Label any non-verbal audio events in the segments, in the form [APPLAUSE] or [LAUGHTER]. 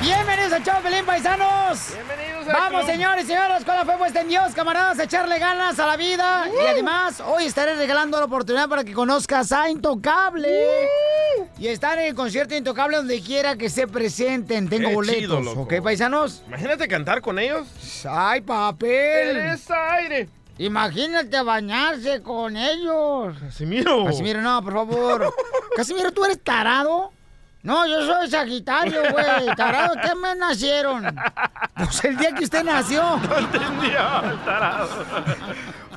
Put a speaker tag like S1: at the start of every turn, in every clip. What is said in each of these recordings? S1: Bienvenidos a Chau Pelín, paisanos.
S2: Bienvenidos al
S1: Vamos,
S2: club.
S1: señores y señoras, con la fe puesta en Dios, camaradas, a echarle ganas a la vida. Y además, hoy estaré regalando la oportunidad para que conozcas a Intocable. Y estar en el concierto de Intocable donde quiera que se presenten. Tengo
S2: Qué
S1: boletos,
S2: chido, loco.
S1: ¿ok, paisanos?
S2: Imagínate cantar con ellos.
S1: ¡Ay, papel!
S2: Eres aire.
S1: Imagínate bañarse con ellos.
S2: Casimiro.
S1: Casimiro, no,
S2: [LAUGHS]
S1: por favor. Casimiro, ¿tú eres tarado? No, yo soy Sagitario, güey. Tarado, ¿qué me nacieron? Pues el día que usted nació.
S2: Entendía, el tarado.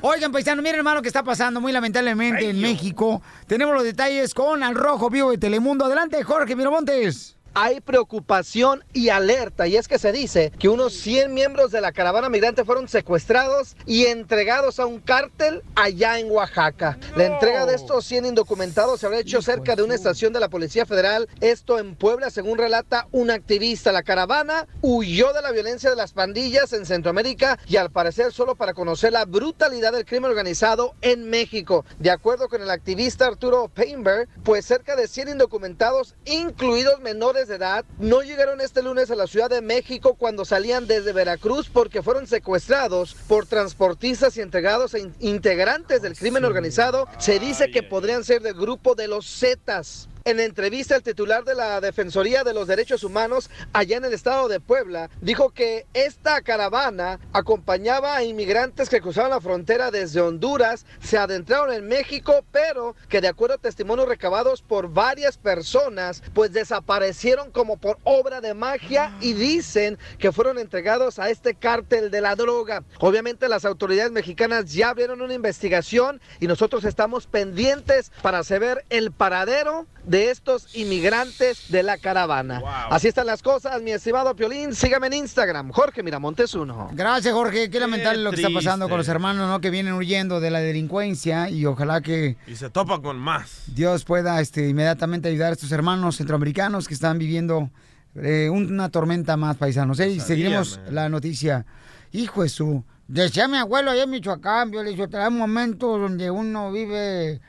S1: Oigan, paisano, miren, hermano, que está pasando muy lamentablemente en México. Tenemos los detalles con Al Rojo Vivo de Telemundo. Adelante, Jorge Miramontes.
S3: hay preocupación y alerta y es que se dice que unos 100 miembros de la caravana migrante fueron secuestrados y entregados a un cártel allá en Oaxaca. La entrega de estos 100 indocumentados se habrá hecho cerca de una estación de la Policía Federal, esto en Puebla, según relata un activista. La caravana huyó de la violencia de las pandillas en Centroamérica y al parecer solo para conocer la brutalidad del crimen organizado en México. De acuerdo con el activista Arturo Painberg, pues cerca de 100 indocumentados, incluidos menores de edad, no llegaron este lunes a la Ciudad de México cuando salían desde Veracruz porque fueron secuestrados por transportistas y entregados a in- integrantes del crimen organizado. Se dice que podrían ser del grupo de los Zetas. En entrevista, el titular de la Defensoría de los Derechos Humanos allá en el estado de Puebla dijo que esta caravana acompañaba a inmigrantes que cruzaban la frontera desde Honduras, se adentraron en México, pero que de acuerdo a testimonios recabados por varias personas, pues desaparecieron como por obra de magia y dicen que fueron entregados a este cártel de la droga. Obviamente las autoridades mexicanas ya abrieron una investigación y nosotros estamos pendientes para saber el paradero de estos inmigrantes de la caravana. Así están las cosas, mi estimado Piolín. Sígame en Instagram, Jorge Miramontes uno.
S1: Gracias, Jorge. Qué lamentable lo que está pasando
S2: triste.
S1: con los hermanos, ¿no? Que vienen huyendo de la delincuencia y ojalá que
S2: Y se topa con más.
S1: Dios pueda este, inmediatamente ayudar a estos hermanos centroamericanos que están viviendo eh, una tormenta más, paisanos. ¿eh? Y
S2: Sabía,
S1: seguiremos
S2: man.
S1: la noticia. Hijo de su... Decía mi abuelo allá en Michoacán, yo le digo, trae un momento donde uno vive...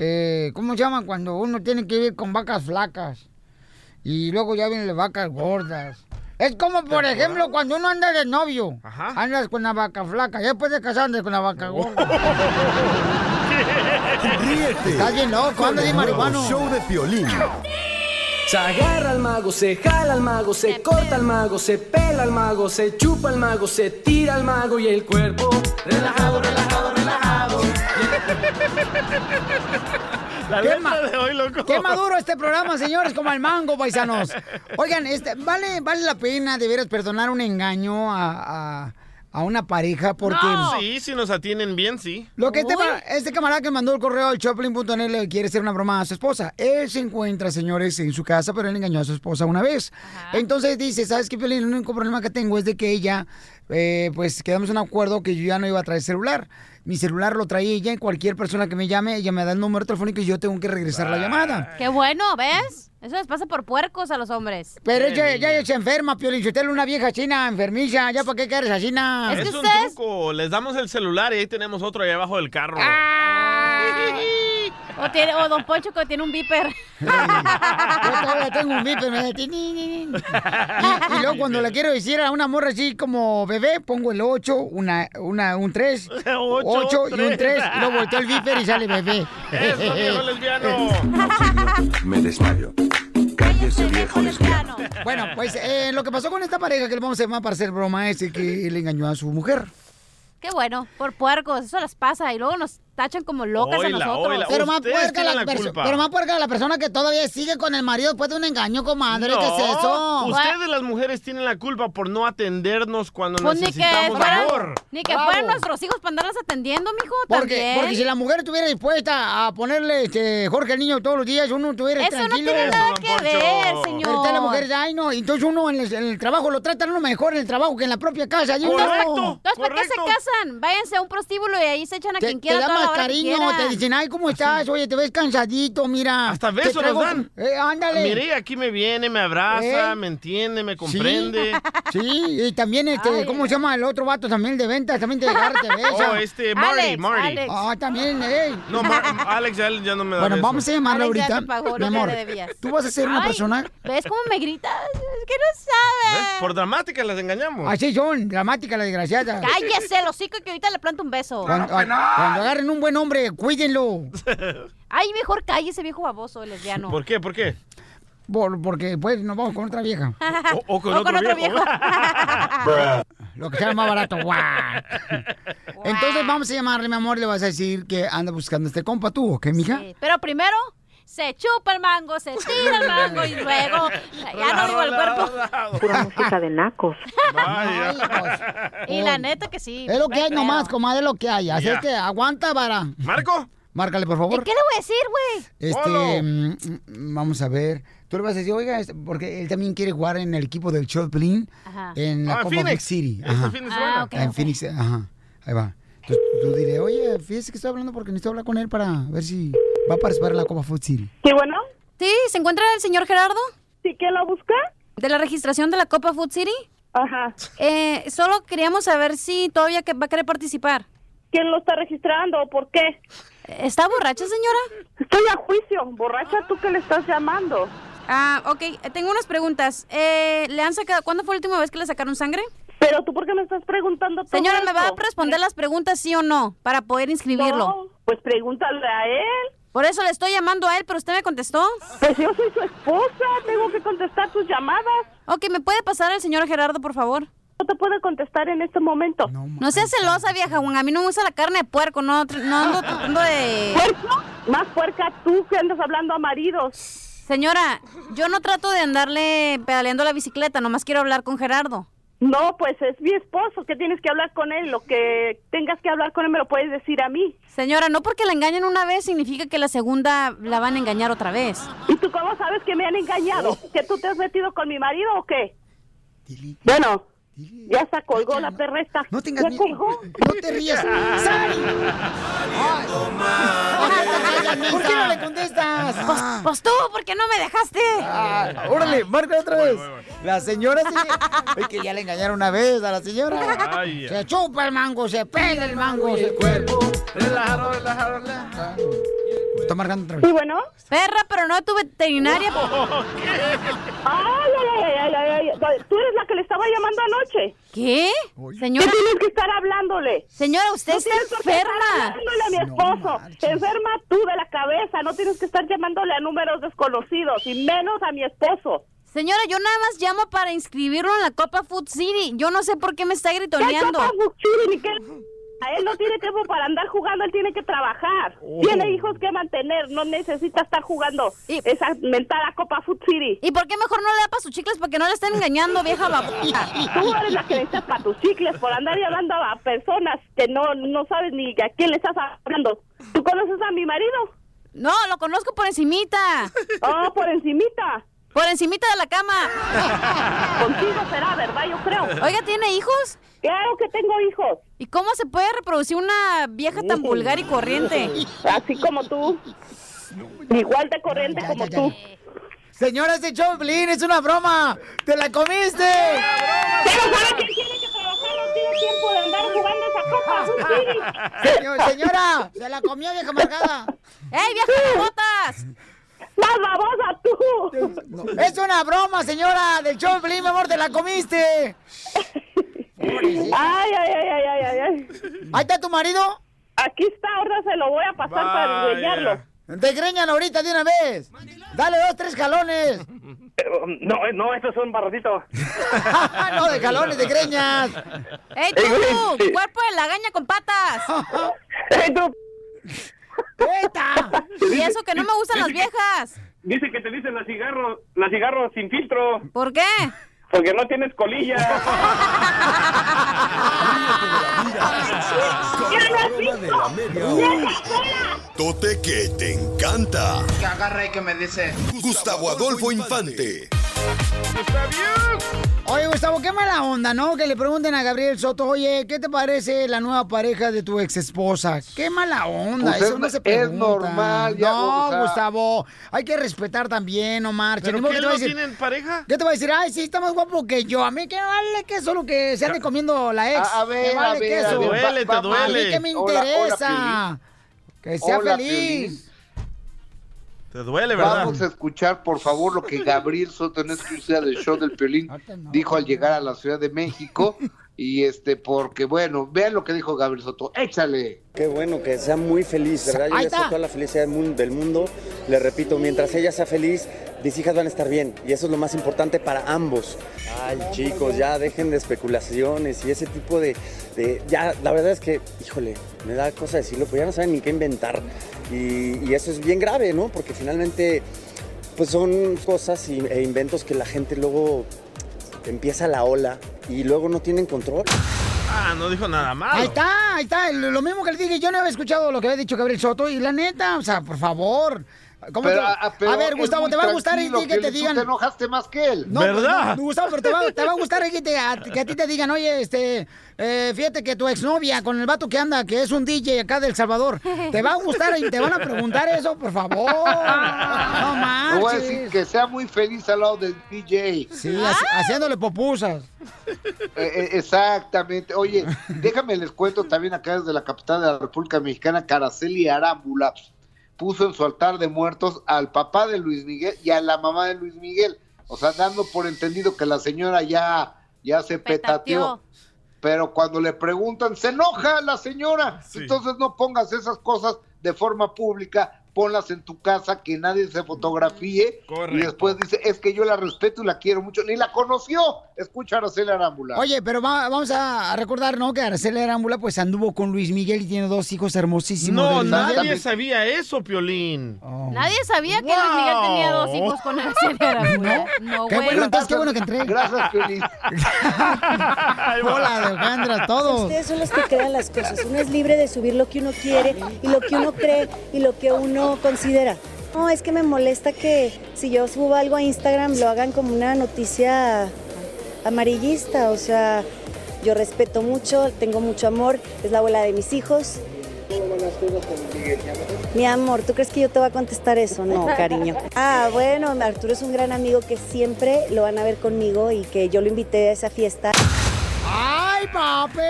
S1: eh, ¿Cómo se llama? Cuando uno tiene que vivir con vacas flacas. Y luego ya vienen las vacas gordas. Es como, por ejemplo, cuando uno anda de novio.
S2: Ajá.
S1: Andas con la vaca flaca. Ya después de casar andas con la vaca gorda.
S4: Ríete.
S1: Estás bien loco, andas bien
S4: Con el nuevo
S1: marihuano.
S4: Show de Piolín.
S5: Se agarra al mago, se jala al mago, se corta al mago, se pela al mago, se chupa al mago, se tira al mago y el cuerpo relajado, relajado, relajado.
S2: La
S1: ¿Qué
S2: letra
S1: ma-
S2: de hoy, loco.
S1: Qué maduro este programa, señores, como al mango, paisanos. Oigan, este, vale, vale la pena de veras perdonar un engaño a, a- a una pareja porque
S2: Sí, si nos atienden bien, sí.
S1: lo que este, ma- este camarada que mandó el correo al choplin.net le quiere hacer una broma a su esposa. Él se encuentra, señores, en su casa, pero él engañó a su esposa una vez. Entonces dice, ¿sabes qué, Piolín? El único problema que tengo es de que ella, eh, pues quedamos en un acuerdo que yo ya no iba a traer celular. Mi celular lo traía ella y cualquier persona que me llame, ella me da el número telefónico y yo tengo que regresar la llamada.
S6: Qué bueno, ¿ves? Eso les pasa por puercos a los hombres.
S1: Pero ella ya, se enferma, Piolín. Si usted es una vieja china enfermiza, ¿ya para qué quieres así?
S6: Es
S1: na?
S6: que
S2: Es un
S6: ustedes-
S2: truco. Les damos el celular y ahí tenemos otro allá abajo del carro.
S6: Ah, O, tiene, o Don Poncho que tiene un viper.
S1: Yo todavía tengo un bip, pero me hace tin, tin,
S2: [LAUGHS]
S1: tin, tin. Y, y luego cuando le quiero decir a una morra así como bebé, pongo el 8, una, una, un 3,
S2: [LAUGHS] Ocho,
S1: 8 y un
S2: tres.
S1: 3, y luego volteo el viper y sale bebé.
S2: [LAUGHS] Eso, viejo lesbiano.
S4: Me desmayo.
S6: Soy viejo lesbiano.
S1: [LAUGHS] Bueno, pues eh, lo que pasó con esta pareja que le vamos a llamar para hacer broma es de que él engañó a su mujer.
S6: [LAUGHS] Qué bueno, por puercos, eso les pasa. Y luego nos tachan como locas
S2: Oila,
S6: a nosotros.
S2: oila.
S1: Pero más,
S2: Ustedes
S1: puerca
S2: tienen
S1: la
S2: la
S1: perso-
S2: culpa.
S1: pero más puerca la persona que todavía sigue con el marido después de un engaño, comadre. ¿Qué es eso?
S2: Ustedes las mujeres tienen la culpa por no atendernos cuando
S6: Pues ni que
S2: necesitamos
S6: fueran,
S2: amor.
S6: ni que
S1: Bravo.
S6: fueran nuestros hijos para andarlas atendiendo, mijo,
S1: Porque,
S6: también.
S1: porque si la mujer estuviera dispuesta a ponerle este, Jorge al niño todos los días, uno estuviera
S6: Eso no
S1: tranquilo.
S6: tiene nada
S2: Don
S6: que
S2: Poncho.
S6: ver,
S1: Pero está
S6: señor.
S1: la mujer, ay no, entonces uno en el, en el trabajo lo tratan uno mejor en el trabajo que en la propia casa. Yo, no.
S2: Correcto.
S6: Entonces, ¿para qué se
S2: Correcto.
S6: casan? Váyanse a un prostíbulo y ahí se echan a
S1: Te,
S6: quien
S1: te
S6: quiera
S1: da
S6: toda
S1: más hablas,
S6: hora que
S1: cariño.
S6: quieran.
S1: Te dicen, ay, ¿cómo estás? Oye, te ves cansadito, mira.
S2: Hasta
S1: te
S2: besos nos
S1: traigo-
S2: dan. Ah,
S1: Eh, ándale. Eh.
S2: Mire, aquí me viene, me abraza,
S1: Ey.
S2: me entiende, me comprende.
S1: [LAUGHS]
S2: [LAUGHS]
S1: Sí, y también, este,
S6: Ay,
S1: ¿cómo
S6: ay,
S1: se llama el otro vato también el de ventas? También te agarra, te
S2: [LAUGHS]
S1: besa.
S2: Oh, este, Marty,
S6: Alex,
S2: Marty.
S6: Alex.
S1: Ah, también, eh.
S2: No, Mar- Alex ya, ya no me da
S1: Bueno,
S2: beso.
S1: vamos a llamarla
S6: Alex ya
S1: ahorita.
S6: te pagó
S1: Mi
S6: lo que
S1: amor,
S6: le debías.
S1: tú vas a ser una
S6: Ay,
S1: persona...
S6: ¿Ves cómo me gritas? Es que
S2: ¿Ves?
S6: no sabes.
S2: Por dramática las engañamos. [LAUGHS]
S1: Así son, dramática la desgraciada.
S6: Cállese, los hocico, que ahorita le planto un beso.
S1: Cuando, cuando agarren un buen hombre,
S7: [LAUGHS]
S1: cuídenlo.
S6: Ay, mejor cállese, viejo baboso, lesbiano.
S2: ¿Por qué? ¿Por qué?
S1: Por- porque pues nos vamos con otra vieja.
S2: O, o con,
S6: [LAUGHS] O
S2: otro viejo. [LAUGHS]
S7: Ah,
S1: Lo que sea más
S7: [LAUGHS]
S1: barato. ¡guau! Entonces vamos a llamarle, mi amor, le vas a decir que anda buscando este compa tú, ¿o qué, mija?
S6: Sí, Pero primero, se chupa el mango, se tira el mango y luego. Ya no digo el cuerpo.
S1: [LAUGHS]
S7: Pura música de nacos.
S2: Vaya.
S1: Ay, hijos.
S6: [LAUGHS] Y la neta que sí.
S1: Oh. Es lo
S6: no
S1: que
S7: pues,
S1: hay
S6: creo.
S1: nomás, comadre, es lo que hay. Así
S2: Ya.
S1: es que aguanta, vara.
S2: ¿Marco?
S1: Márcale, por
S6: ¿Y
S1: favor.
S6: qué le voy a decir, güey?
S1: Este,
S2: Polo.
S1: mm, mm, vamos a ver. Tú le vas a decir, oiga, este- porque él también quiere jugar en el equipo del Choplin
S6: Ajá.
S1: en la
S2: Ah,
S1: Copa Big
S2: Phoenix.
S1: City.
S2: Este
S1: Ajá.
S2: fin de
S6: Ah,
S2: semana.
S6: ok.
S1: En Phoenix, ajá. Ahí va. Tú, tú dile, oye, fíjese que estoy hablando porque necesito hablar con él para ver si va a participar en la Copa Food City.
S7: ¿Sí, bueno?
S6: Sí, ¿se encuentra el señor Gerardo?
S7: ¿Sí que lo busca?
S6: De la registración de la Copa Food City.
S7: Ajá.
S6: Eh, solo queríamos saber si todavía que va a querer participar.
S7: ¿Quién lo está registrando o por qué?
S6: ¿Está borracha, señora?
S7: Estoy a juicio. Borracha, ¿tú que le estás llamando?
S6: Ah, ok. eh, Tengo unas preguntas. Eh, ¿Le han sacado, ¿Cuándo fue la última vez que le sacaron sangre?
S7: Pero tú, ¿por qué me estás preguntando todo
S6: Señora, ¿me va a
S7: eso?
S6: responder las preguntas sí o no para poder inscribirlo?
S7: No, pues pregúntale a él.
S6: Por eso le estoy llamando a él, pero usted me contestó.
S7: Pues yo soy su esposa, tengo que contestar tus llamadas.
S6: Ok, ¿me puede pasar al señor Gerardo, por favor?
S7: No te puedo contestar en este momento.
S6: No sea celosa, vieja Juan. A mí no me gusta la carne de puerco. No, tr- no
S7: [LAUGHS]
S6: ando tratando de...
S7: ¿Puerco? Más puerca tú que andas hablando a maridos.
S6: Señora, yo no trato de andarle pedaleando la bicicleta. Nomás quiero hablar con Gerardo.
S7: No, pues es mi esposo que tienes que hablar con él. Lo que tengas que hablar con él me lo puedes decir a mí.
S6: Señora, no porque la engañen una vez significa que la segunda la van a engañar otra vez.
S7: ¿Y tú cómo sabes que me han engañado? ¿Que tú te has metido con mi marido o qué? Bueno, ya se colgó la perra esta.
S1: No tengas
S7: ya
S1: miedo.
S7: colgó.
S1: No te rías. ¡Sari! Ay. Oye, ¿Por qué no le contestas?
S6: Pues, pues tú, ¿por qué no me dejaste?
S1: Ah, órale, marca otra vez. La señora [LAUGHS] sí. Es que ya le engañaron una vez a la señora.
S2: Ay,
S1: Se chupa el mango, se pega el mango, se cuerpo.
S2: Relajado, relajado, relajado.
S1: Está marcando otra
S7: ¿Y
S1: vez.
S7: bueno?
S6: Perra, pero no a tu veterinaria.
S7: Ay, ay, ay, ay, ay, ay. Tú eres la que le estaba llamando anoche.
S6: ¿Qué?
S7: ¿Qué
S6: Señora,
S7: tienes que estar hablándole?
S6: señora, usted
S7: No
S6: está
S7: tienes por qué estar
S6: enferma.
S7: hablándole a mi
S1: No
S7: esposo.
S1: marches.
S7: Enferma tú de la cabeza. No tienes que estar llamándole a números desconocidos y menos a mi esposo.
S6: Señora, yo nada más llamo para inscribirlo en la Copa Food City. Yo no sé por qué me está
S7: ¿Qué
S6: gritoneando.
S7: copa Buchiri, ni qué? A él no tiene tiempo para andar jugando, él tiene que trabajar. Tiene hijos que mantener, no necesita estar jugando
S6: Y-
S7: esa mentada Copa Food City.
S6: ¿Y por qué mejor no le da para sus chicles para que no le estén engañando, vieja babosa?
S7: Tú eres la que necesitas para tus chicles, por andar llamando a personas que no, no sabes ni a quién le estás hablando. ¿Tú conoces a mi marido?
S6: No, lo conozco por
S7: [LAUGHS]
S6: encimita.
S7: Oh, por encimita.
S6: Por encimita de la cama.
S7: [LAUGHS] Contigo será, ¿verdad? Yo creo.
S6: Oiga, ¿tiene hijos?
S7: Claro que tengo hijos,
S6: ¿Y cómo se puede reproducir una vieja tan vulgar y corriente?
S7: [LAUGHS] así como tú. Igual de corriente
S1: Ya,
S7: como
S1: ya, ya,
S7: tú.
S1: ya. Señora, ese Choplin es una broma. ¡Te la comiste!
S7: Pero sabe que tiene que trabajar, no tiene tiempo de andar jugando esa copa.
S2: [LAUGHS]
S7: Siri.
S1: Señor- señora, se la comió vieja marcada.
S6: ¡Ey, vieja botas!
S7: Más babosa tú.
S1: Es una broma, señora, del Choplin, mi amor, te la comiste.
S7: [LAUGHS] Ay, ay, ay, ay, ay, ay, ay.
S1: Ahí está tu marido.
S7: Aquí está, ahora se lo voy a pasar para
S2: Vaya.
S7: desgreñarlo.
S1: Desgreñan ahorita de una vez. Dale dos, tres jalones.
S8: No, eh, no, estos son barrotitos.
S1: [LAUGHS] no, de jalones,
S2: [LAUGHS]
S1: de greñas.
S6: ¡Ey, tú! ¡Cuerpo de lagaña con
S7: [LAUGHS]
S6: patas!
S8: ¡Eh, tú!
S1: ¡Eta!
S6: Y eso que no me gustan las viejas.
S8: Dice que te dicen las cigarros, las cigarros sin filtro,
S6: ¿Por qué?
S8: porque no tienes colilla.
S4: Con la broma de la media hora.
S9: Tote que te encanta.
S10: que agarra y que me dice,
S9: Gustavo Adolfo Infante.
S1: Oye, Gustavo, qué mala onda, ¿no? Que le pregunten a Gabriel Soto, oye, ¿qué te parece la nueva pareja de tu ex esposa? Qué mala onda,
S7: Pues
S1: eso
S7: es-
S1: no se
S7: es
S1: pregunta.
S7: normal, ya,
S1: No,
S7: o sea-
S1: Gustavo, hay que respetar también, Omar.
S2: ¿Pero
S1: Tenemos
S2: qué,
S1: que te
S2: no
S1: va a decir-
S2: tienen pareja?
S1: Yo te voy a decir, ay, sí, está más guapo que yo. A mí que vale que solo que se ande comiendo la ex.
S7: A- a ver,
S1: Me vale
S7: a ver,
S1: que
S7: a
S1: eso.
S7: ver,
S2: Te duele, te
S1: A
S2: duele.
S1: mí que me
S7: Hola, hola,
S1: interesa. que sea
S7: Hola,
S1: feliz.
S2: Te duele, ¿verdad?
S9: Vamos a escuchar, por favor, lo que Gabriel Soto en exclusiva del show del Piolín dijo al llegar a la Ciudad de México. Y este, porque bueno, vean lo que dijo Gabriel Soto. Échale.
S11: Qué bueno, que sea muy feliz, ¿verdad? Yo
S1: Ahí
S11: le deseo
S1: está.
S11: toda la felicidad del mun- del mundo. Le repito, mientras ella sea feliz, mis hijas van a estar bien. Y eso es lo más importante para ambos. Ay, chicos, ya dejen de especulaciones y ese tipo de... de- ya, la verdad es que, híjole, me da cosa decirlo, pero ya no saben ni qué inventar. Y, y eso es bien grave, ¿no? Porque finalmente, pues son cosas y- e inventos que la gente luego empieza la ola y luego no tienen control.
S2: Ah, no dijo nada malo.
S1: Ahí está, ahí está. Lo lo mismo que le dije, yo no había escuchado lo que había dicho Gabriel Soto. Y la neta, o sea, por favor. ¿Cómo
S9: Pero,
S1: te-
S9: ah, pero
S1: a ver,
S9: es
S1: Gustavo,
S9: muy
S1: te va a gustar y
S9: tranquilo,
S1: que te
S9: Piolín, tú
S1: digan.
S9: Te enojaste más que él.
S1: No,
S2: ¿Verdad?
S1: no, Gustavo, pero te va, te va a gustar que, te- a, que a ti te digan, oye, este, eh, fíjate que tu exnovia con el vato que anda, que es un DJ acá del Salvador, te va a gustar y te van a preguntar eso, por favor. No
S9: Le voy a decir
S1: marches.
S9: que sea muy feliz al lado del DJ.
S1: Sí, haci- haciéndole popusas.
S9: Eh, eh, exactamente. Oye, déjame les cuento también acá desde la capital de la República Mexicana, Caraceli Arámbula puso en su altar de muertos al papá de Luis Miguel y a la mamá de Luis Miguel. O sea, dando por entendido que la señora ya, ya se petateó.
S6: Petateó.
S9: Pero cuando le preguntan, se enoja la señora. Entonces no pongas esas cosas de forma pública, ponlas en tu casa, que nadie se fotografíe. Y
S2: Correcto.
S9: después dice, es que yo la respeto y la quiero mucho. Ni la conoció. Escucha a Araceli Arámbula.
S1: Oye, pero va- vamos a, a recordar, ¿no? Que Araceli Arámbula pues anduvo con Luis Miguel y tiene dos hijos hermosísimos. de
S2: No,
S1: Luis
S2: nadie
S1: Miguel.
S2: sabía eso, Piolín.
S1: Oh.
S6: Nadie sabía que Luis Miguel tenía dos
S2: Wow.
S6: hijos con
S1: [LAUGHS]
S6: Araceli Arámbula. No,
S1: Qué
S6: güey.
S1: bueno, entonces qué bueno que entré.
S9: Gracias, Piolín.
S1: Hola, Alejandra, todos.
S12: Ustedes son los que crean las cosas. Uno es libre de subir lo que uno quiere y lo que uno cree y lo que uno considera. No, es que me molesta que si yo subo algo a Instagram lo hagan como una noticia amarillista. O sea, yo respeto mucho, tengo mucho amor, es la abuela de mis hijos. Mi amor, ¿tú crees que yo te voy a contestar eso? No, cariño. Ah, bueno, Arturo es un gran amigo que siempre lo van a ver conmigo y que yo lo invité a esa fiesta.
S1: ¡Ay, papel!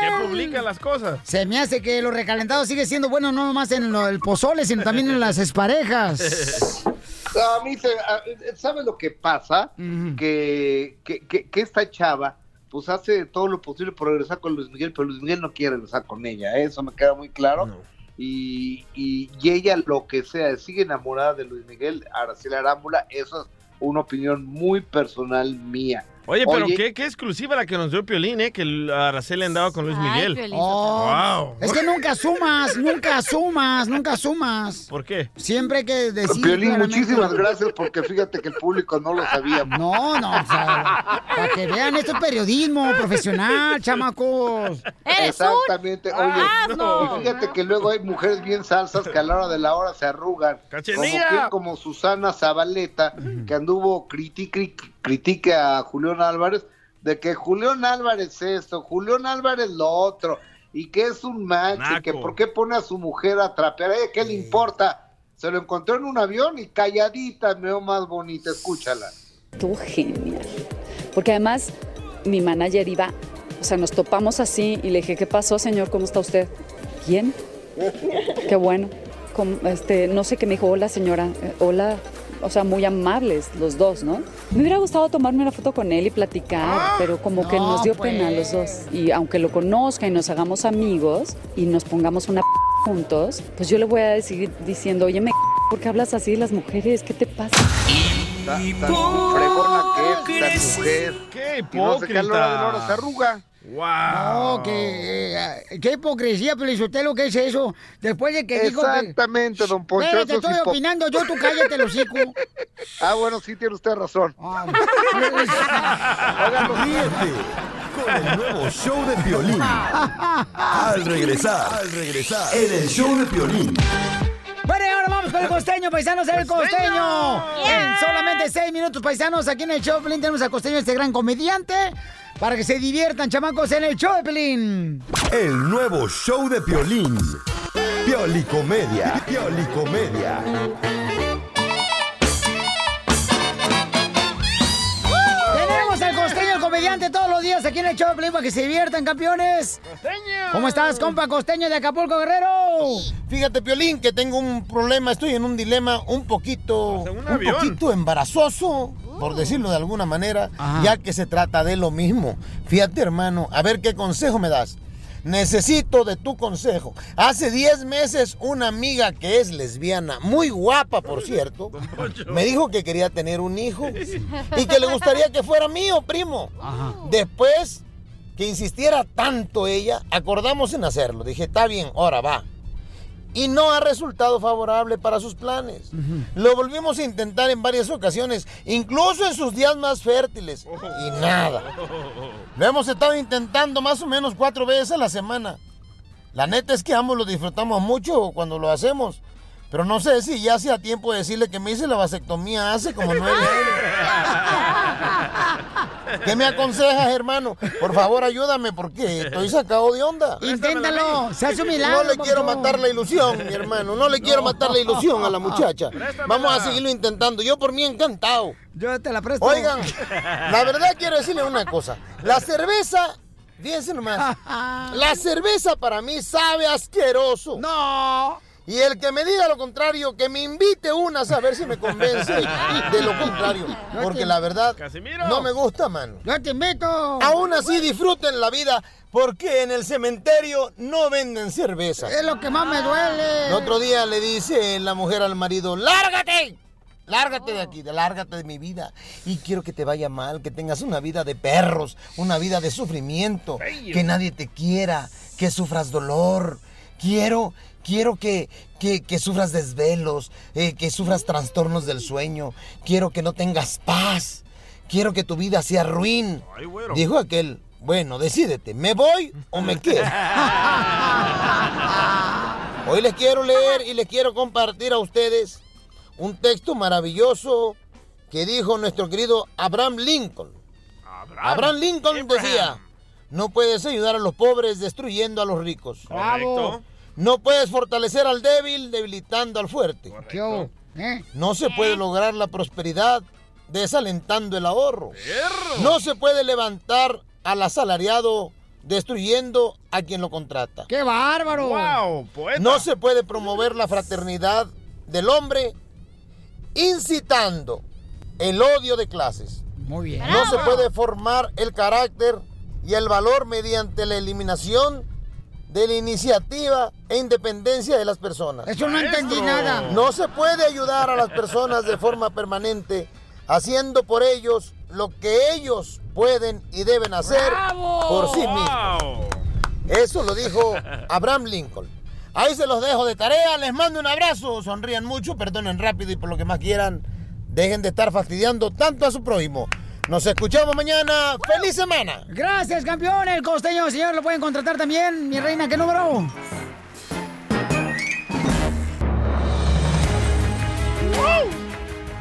S2: Que publica las cosas.
S1: Se me hace que lo recalentado sigue siendo bueno no nomás en lo- el pozole, sino también en las exparejas.
S9: A mí, se- a- ¿sabes lo que pasa? que, que, que- que esta chava, pues hace todo lo posible por regresar con Luis Miguel, pero Luis Miguel no quiere regresar con ella, ¿eh? eso me queda muy claro. Y, y, y ella, lo que sea, sigue enamorada de Luis Miguel, Araceli Arámbula, eso es una opinión muy personal mía.
S2: Oye, pero
S9: Oye.
S2: Qué, qué exclusiva la que nos dio Piolín, ¿eh? Que el Araceli andaba con Luis
S6: [LAUGHS] Ay,
S2: Miguel.
S6: Piolín.
S1: Oh,
S2: Wow.
S1: Es que nunca sumas, nunca sumas, nunca sumas.
S2: ¿Por qué?
S1: Siempre hay que decir.
S9: Violín,
S1: claramente-
S9: muchísimas gracias porque fíjate que el público no lo sabía.
S1: No, no, o sea, para que vean, esto es periodismo
S9: [LAUGHS]
S1: profesional, chamacos.
S6: Eres un...
S9: Exactamente, oye.
S6: asno.
S9: Y fíjate que luego hay mujeres bien salsas que a la hora de la hora se arrugan.
S2: ¡Cachanilla!
S9: Como, que- como Susana Zabaleta, que anduvo critique, critique a Julián Álvarez, de que Julián Álvarez esto, Julián Álvarez lo otro, y que es un macho, y que
S2: Naco.
S9: por qué pone a su mujer a trapear, Eh, ¿qué le importa? Se lo encontró en un avión y calladita me veo más bonita, escúchala.
S13: Estuvo genial. Porque además mi manager iba, o sea, nos topamos así y le dije, ¿qué pasó, señor? ¿Cómo está usted? ¿Quién? Qué bueno. Com- este, no sé qué me dijo, hola, señora, eh, hola. O sea, muy amables los dos, ¿no? Me hubiera gustado tomarme una foto con él y platicar, pero como que
S1: no,
S13: nos dio
S1: pues.
S13: pena a los dos. Y aunque lo conozca y nos hagamos amigos y nos pongamos una p juntos, pues yo le voy a decir diciendo, oye, me c- ¿por qué hablas así de las mujeres? ¿Qué te pasa?
S9: Tan, tan fregona que es esta mujer.
S2: ¡Qué
S9: Y no sé qué a la hora de la hora se
S2: hipócrita!
S9: arruga.
S2: ¡Wow!
S1: No, que, eh, qué hipocresía, Pelizotelo, ¿qué es eso? Después de que dijo que...
S9: Exactamente, don Poncho.
S1: Pero
S9: eso
S1: te
S9: es
S1: estoy
S9: hipo-
S1: opinando, yo tú cállate, el hocico.
S9: [LAUGHS]
S1: [LAUGHS]
S9: Ah, bueno, sí tiene usted razón.
S4: Ríete con el nuevo show de Piolín. Al regresar, al regresar, en el show de Piolín.
S1: Bueno, y ahora vamos fue el costeño, paisanos, el costeño. En solamente seis minutos, paisanos, aquí en el show de Pelín tenemos a costeño, este gran comediante, para que se diviertan, chamacos, en el show de Pelín.
S4: El nuevo show de Piolín. Piolicomedia. Piolicomedia.
S1: Tenemos al costeño, el comediante, todos los días aquí en el show de Pelín, para que se diviertan, campeones. ¿Cómo estás, compa costeño de Acapulco, Guerrero?
S14: Fíjate, Piolín, que tengo un problema, estoy en un dilema un poquito, un,
S2: avión.
S14: poquito embarazoso, por decirlo de alguna manera, ya que se trata de lo mismo. Fíjate, hermano, a ver qué consejo me das. Necesito de tu consejo. Hace 10 meses una amiga que es lesbiana, muy guapa por cierto, me dijo que quería tener un hijo y que le gustaría que fuera mío, primo. Después que insistiera tanto ella, acordamos en hacerlo. Dije, está bien, ahora va. Y no ha resultado favorable para sus planes.
S7: Mm.
S14: Lo volvimos a intentar en varias ocasiones, incluso en sus días más fértiles.
S7: Oh.
S14: Y
S2: [LAUGHS]
S14: nada. Lo hemos estado intentando más o menos cuatro veces a la semana. La neta es que ambos lo disfrutamos mucho cuando lo hacemos. Pero no sé si ya sea tiempo de decirle que me hice la vasectomía hace como nueve
S1: [LAUGHS]
S14: años. ¿Qué me aconsejas, hermano? Por favor, ayúdame porque estoy sacado de onda.
S1: Inténtalo, se hace un milagro,
S14: No le quiero
S1: papuchón.
S14: matar la ilusión, mi hermano. No le quiero matar la ilusión a la muchacha.
S1: Préstamela.
S14: Vamos a seguirlo intentando. Yo por mí encantado.
S1: Yo te la presto.
S14: Oigan, la verdad quiero decirle una cosa. La cerveza, fíjense nomás. La cerveza para mí sabe asqueroso.
S1: No.
S14: Y el que me diga lo contrario, que me invite una a saber si me
S1: [LAUGHS]
S14: convence de lo contrario. Porque la verdad, no me gusta, mano.
S1: Yo te invito.
S14: Aún así disfruten la vida, porque en el cementerio no venden cerveza.
S1: Es lo que más me duele.
S14: El otro día le dice la mujer al marido, lárgate. Lárgate de aquí, de- lárgate de mi vida. Y quiero que te vaya mal, que tengas una vida de perros, una vida de sufrimiento, que nadie te quiera, que sufras dolor. Quiero, quiero que, que, que sufras desvelos, eh, que sufras trastornos del sueño. Quiero que no tengas paz. Quiero que tu vida sea ruin. Dijo aquel, bueno, decídete, ¿me voy o me quedo?
S2: [LAUGHS]
S14: Hoy les quiero leer y les quiero compartir a ustedes un texto maravilloso que dijo nuestro querido Abraham Lincoln. Abraham Lincoln decía, no puedes ayudar a los pobres destruyendo a los ricos.
S1: Correcto.
S14: No puedes fortalecer al débil debilitando al fuerte.
S1: ¿eh?
S14: No se puede lograr la prosperidad desalentando el ahorro. No se puede levantar al asalariado destruyendo a quien lo contrata.
S1: ¡Qué bárbaro!
S2: Guau,
S14: No se puede promover la fraternidad del hombre incitando el odio de clases.
S1: Muy bien.
S14: No se puede formar el carácter y el valor mediante la eliminación de la iniciativa e independencia de las personas.
S1: Eso no entendí nada.
S14: No se puede ayudar a las personas de forma permanente haciendo por ellos lo que ellos pueden y deben hacer
S1: ¡Bravo!
S14: por sí mismos. Eso lo dijo Abraham Lincoln. Ahí se los dejo de tarea, les mando un abrazo, sonrían mucho, perdonen rápido y por lo que más quieran, dejen de estar fastidiando tanto a su prójimo. Nos escuchamos mañana, feliz semana.
S1: Gracias, campeón. El costeño, señor, lo pueden contratar también. Mi reina, ¿qué número?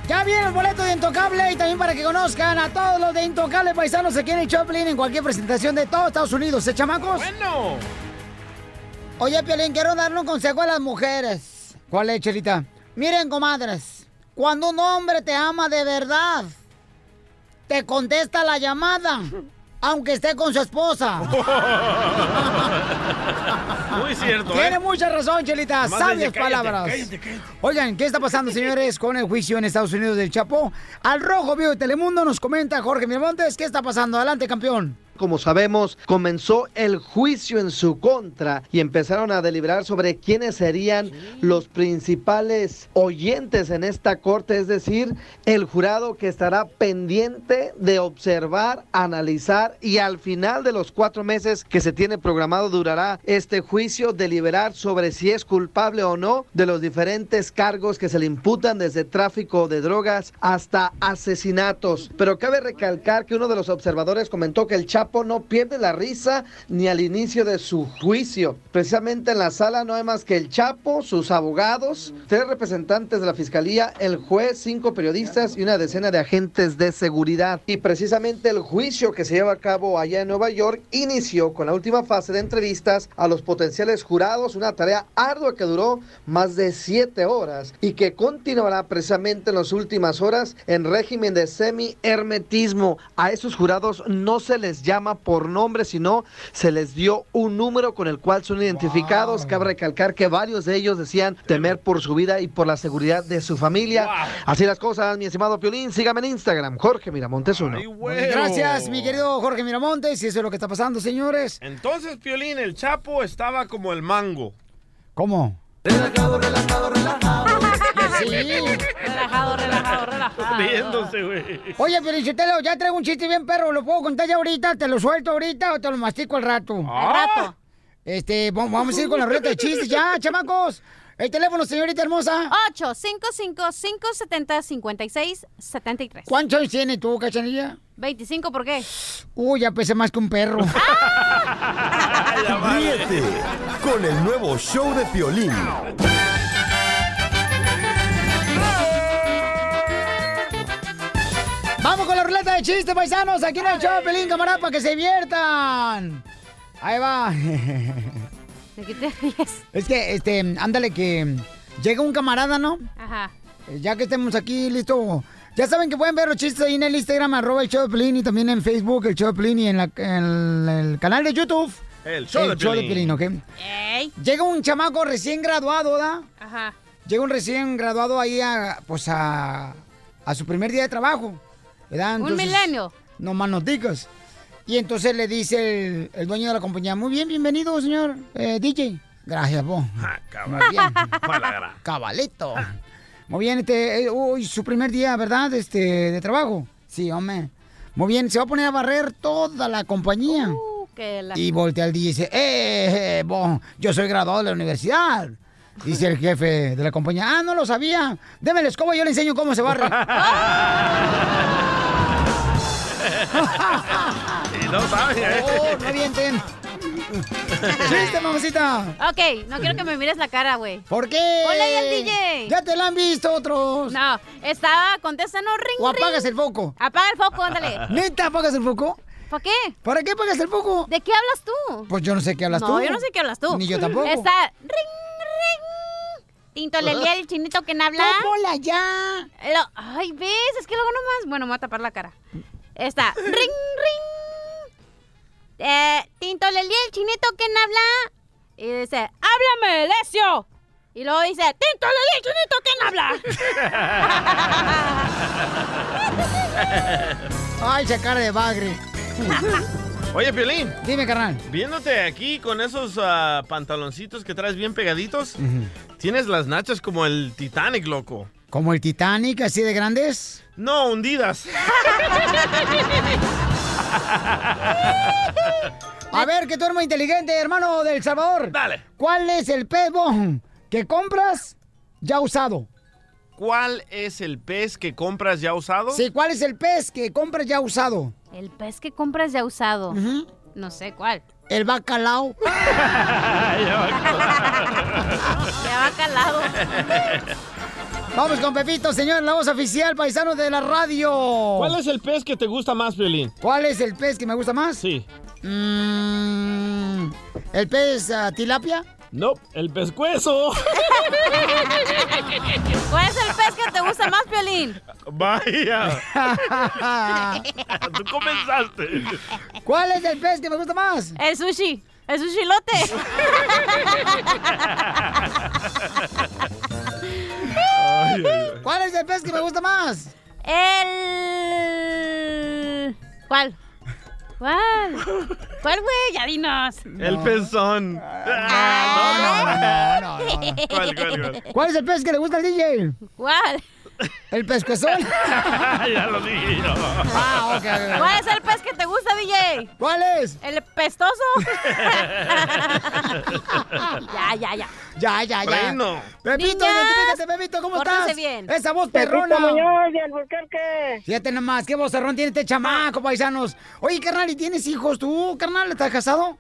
S1: Ya viene el boleto de Intocable y también para que conozcan a todos los de Intocable paisanos aquí en el Choplin en cualquier presentación de todos Estados Unidos, ¿eh, chamacos? Bueno. Oye, Piolín, quiero darle un consejo a las mujeres. ¿Cuál es, Chelita? Miren, comadres, cuando un hombre te ama de verdad, te contesta la llamada, aunque esté con su esposa.
S2: [LAUGHS] Muy cierto, ¿eh?
S1: Tiene mucha razón, Chelita.
S2: Nomás
S1: Sabias
S2: dice, "Cállate,
S1: palabras.
S2: cállate, cállate".
S1: Oigan, ¿qué está
S2: [LAUGHS]
S1: pasando, señores, con el juicio en Estados Unidos del Chapo? Al Rojo Vivo de Telemundo nos comenta Jorge Miramontes. ¿Qué está pasando? Adelante, campeón.
S3: Como sabemos, comenzó el juicio en su contra y empezaron a deliberar sobre quiénes serían los principales oyentes en esta corte, es decir, el jurado que estará pendiente de observar, analizar y al final de los cuatro meses que se tiene programado durará este juicio deliberar sobre si es culpable o no de los diferentes cargos que se le imputan desde tráfico de drogas hasta asesinatos. Pero cabe recalcar que uno de los observadores comentó que el Chapo Chapo no pierde la risa ni al inicio de su juicio. Precisamente en la sala no hay más que el Chapo, sus abogados, tres representantes de la fiscalía, el juez, cinco periodistas y una decena de agentes de seguridad. Y precisamente el juicio que se lleva a cabo allá en Nueva York inició con la última fase de entrevistas a los potenciales jurados, una tarea ardua que duró más de siete horas y que continuará precisamente en las últimas horas en régimen de semi-hermetismo. A esos jurados no se les llama por nombre, sino se les dio un número con el cual son identificados. Cabe recalcar que varios de ellos decían temer por su vida y por la seguridad de su familia. Así las cosas, mi estimado Piolín. Sígame en Instagram, Jorge Miramontes uno.
S1: Gracias, mi querido Jorge Miramontes. Y eso es lo que está
S2: [LAUGHS]
S1: pasando, señores.
S2: Entonces, Piolín, el Chapo estaba como el mango.
S1: ¿Cómo?
S6: Relajado, relajado,
S1: Ah.
S2: [LAUGHS]
S6: relajado.
S2: Riéndose, güey.
S1: [LAUGHS] Oye, Felicitelo, ya traigo un chiste bien perro, ¿lo puedo contar ya ahorita? ¿Te lo suelto ahorita o te lo mastico al rato?
S6: Al rato.
S1: Este, vamos, vamos a ir con la reta de chistes
S2: [LAUGHS]
S1: ya, chamacos. El teléfono, señorita hermosa.
S6: 8 55 570 56 73.
S1: ¿Cuántos años tiene tú, cachanilla?
S6: 25, ¿por qué?
S1: Uy, ya pesé más que un perro.
S4: Ríete con el nuevo show de Piolín.
S1: Vamos con la ruleta de chistes, paisanos. Aquí en el show, Pelín, camarada, para que se diviertan. Ahí va.
S6: [LAUGHS] ¿De qué te ríes?
S1: Es que, este, ándale que llega un camarada, ¿no?
S6: Ajá.
S1: Eh, Ya que estemos aquí, listo. Ya saben que pueden ver los chistes ahí en el Instagram, arroba el show de Pelín, y también en Facebook, el show de Pelín, y en, la- en el canal de YouTube.
S2: El show de Piolín.
S1: ¿ok? Llega un chamaco recién graduado, ¿da?
S6: Ajá.
S1: Llega un recién graduado ahí a, pues a, a su primer día de trabajo. ¿verdad?
S6: Un
S1: Entonces,
S6: milenio.
S1: No más nos digas. Y entonces le dice el, el dueño de la compañía, muy bien, bienvenido, señor eh, DJ. Gracias, vos.
S2: Cabal.
S1: Muy bien.
S2: Ah,
S1: [LAUGHS]
S2: Palagra.
S6: [LAUGHS]
S1: Cabalito. Muy bien, este, eh, hoy su primer día, ¿verdad? Este, de trabajo. Sí, hombre. Muy bien, se va a poner a barrer toda la compañía.
S6: Que la...
S1: Y voltea al DJ y dice, eh, eh, bon, yo soy graduado de la universidad. Dice el jefe de la compañía, ah, no lo sabía. Deme la escoba, yo le enseño cómo se barre.
S2: Y no saben, ¿eh?
S1: Oh,
S2: [LAUGHS]
S1: no avienten. Chiste, mamacita.
S6: Ok, no quiero que me mires la cara, güey.
S1: ¿Por qué?
S6: Ponle ahí al DJ.
S1: Ya te la han visto otros.
S6: No, estaba contestando ring,
S1: O
S6: ring.
S1: apagas el foco.
S6: Apaga el foco, ándale.
S1: [LAUGHS] ¿Neta apagas el foco?
S6: ¿Para qué?
S1: ¿Para qué apagas el foco?
S6: ¿De qué hablas tú?
S1: Pues yo no sé qué hablas
S6: no,
S1: tú.
S6: yo no sé qué hablas tú.
S1: Ni yo tampoco.
S6: Está ring, ring. Tinto
S1: [LAUGHS]
S6: le el chinito que habla.
S1: ¡Tómala ya!
S6: Ay, ¿ves? Es que luego nomás... Bueno, me voy a tapar la cara.
S1: [LAUGHS]
S6: Está ring, ring. Eh, Tinto le el chinito que habla. Y dice, háblame, Lesio. Y luego dice, Tinto le el chinito que habla.
S1: Ay, esa cara de bagre.
S2: Oye, Piolín.
S1: Dime, carnal.
S2: Viéndote aquí con esos ah, pantaloncitos que traes bien pegaditos, tienes las nachas como el Titanic, loco.
S1: ¿Como el Titanic, así de grandes?
S2: No, hundidas.
S1: A ver, que tú eres muy inteligente, hermano del Salvador. Dale. ¿Cuál es el pez bon, que compras ya usado?
S2: ¿Cuál es el pez que compras ya usado?
S1: Sí, ¿cuál es el pez que compras ya usado?
S6: El pez que compras ya usado. No sé cuál.
S1: El bacalao. [LAUGHS]
S6: Ya va calado.
S1: Vamos con Pepito, señor, la voz oficial, paisano de la radio.
S2: ¿Cuál es el pez que te gusta más, Piolín?
S1: ¿Cuál es el pez que me gusta más? Mm,
S2: Sí.
S1: ¿El pez ah, tilapia?
S2: No, el pescuezo.
S6: [LAUGHS] ¿Cuál es el pez que te gusta más, Piolín?
S2: Vaya. Tú comenzaste.
S1: [LAUGHS] ¿Cuál es el pez que me gusta más?
S6: El sushi. El
S1: [LAUGHS]
S6: sushilote.
S1: ¿Cuál es el pez que me gusta más?
S6: El... ¿Cuál? ¿Cuál? ¿Cuál, güey? Ya dinos.
S2: El pezón.
S1: Ah, No, no, no, no, no.
S2: ¿Cuál, cuál, cuál?
S1: ¿Cuál es el pez que le gusta al DJ?
S6: ¿Cuál?
S1: ¿El pescuezón?
S2: ya lo dije yo.
S1: Ah, ok, ok.
S6: ¿Cuál es el pez que te gusta, DJ?
S1: ¿Cuál es?
S6: El pestoso.
S1: [LAUGHS]
S6: ya, ya, ya.
S1: Ya, ya, ya.
S6: Bueno.
S1: Pepito,
S6: Niñas,
S1: identifícate, Pepito, ¿cómo
S6: pórtense
S1: estás?
S6: bien.
S1: Esa voz
S6: Pepito
S1: perrona.
S6: Muñoz,
S1: de Albuquerque. Fíjate nomás, qué vozarrón tiene este chamaco, paisanos. Oye, carnal, ¿y tienes hijos tú, carnal? ¿Estás casado?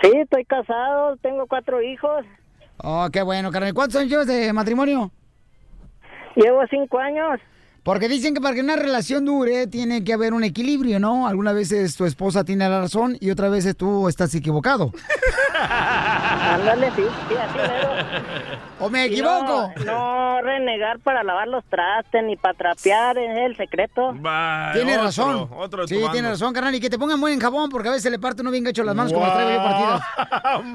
S15: Sí, estoy casado, tengo cuatro hijos.
S1: Oh, qué bueno, carnal. ¿Cuántos años llevas de matrimonio?
S15: Llevo cinco años.
S1: Porque dicen que para que una relación dure tiene que haber un equilibrio, ¿no? Algunas veces tu esposa tiene la razón y otras veces tú estás equivocado.
S15: Ándale, sí, sí, así mero.
S1: ¿O me
S15: Y
S1: equivoco?
S15: No, no renegar para lavar los trastes ni para trapear, es el secreto.
S1: Tiene razón. sí, tiene razón, carnal. Y que te pongan buen jabón porque a veces le parte uno bien gacho las manos como las traigo yo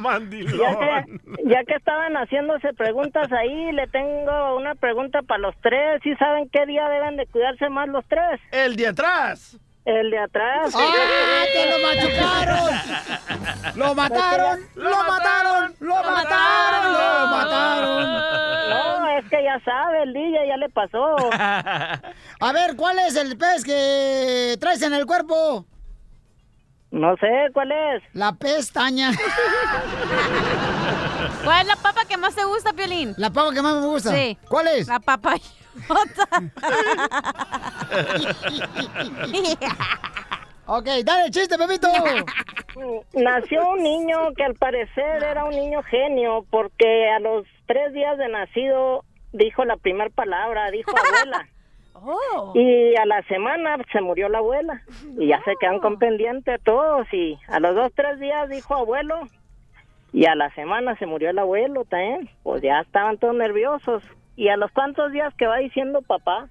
S1: partidas.
S15: Ya que, ya que estaban haciéndose preguntas ahí, le tengo una pregunta para los tres. ¿Sí saben qué día deben de cuidarse más los tres?
S2: El de atrás.
S15: El de atrás.
S1: ¡Ah, te lo machucaron! ¡Lo mataron! ¡Lo mataron! ¡Lo mataron! ¡Lo mataron!
S15: No, es que ya sabe, el DJ ya le pasó.
S1: [LAUGHS] A ver, ¿cuál es el pez que traes en el cuerpo?
S15: No sé, ¿cuál es?
S1: La
S15: [LAUGHS]
S1: pestaña.
S6: ¿Cuál es la papa que más te gusta, Piolín?
S1: La papa que más me gusta.
S6: Sí.
S1: ¿Cuál es?
S6: La papa.
S1: ok, dale chiste, Pepito.
S15: [LAUGHS] Nació un niño que al parecer era un niño genio porque a los tres días de nacido dijo la primera palabra, dijo abuela.
S1: Oh.
S15: Y a la semana se murió la abuela y ya se quedan con pendiente todos y a los dos, tres días dijo abuelo y a la semana se murió el abuelo también. Pues ya estaban todos nerviosos y a los cuantos días que va diciendo papá.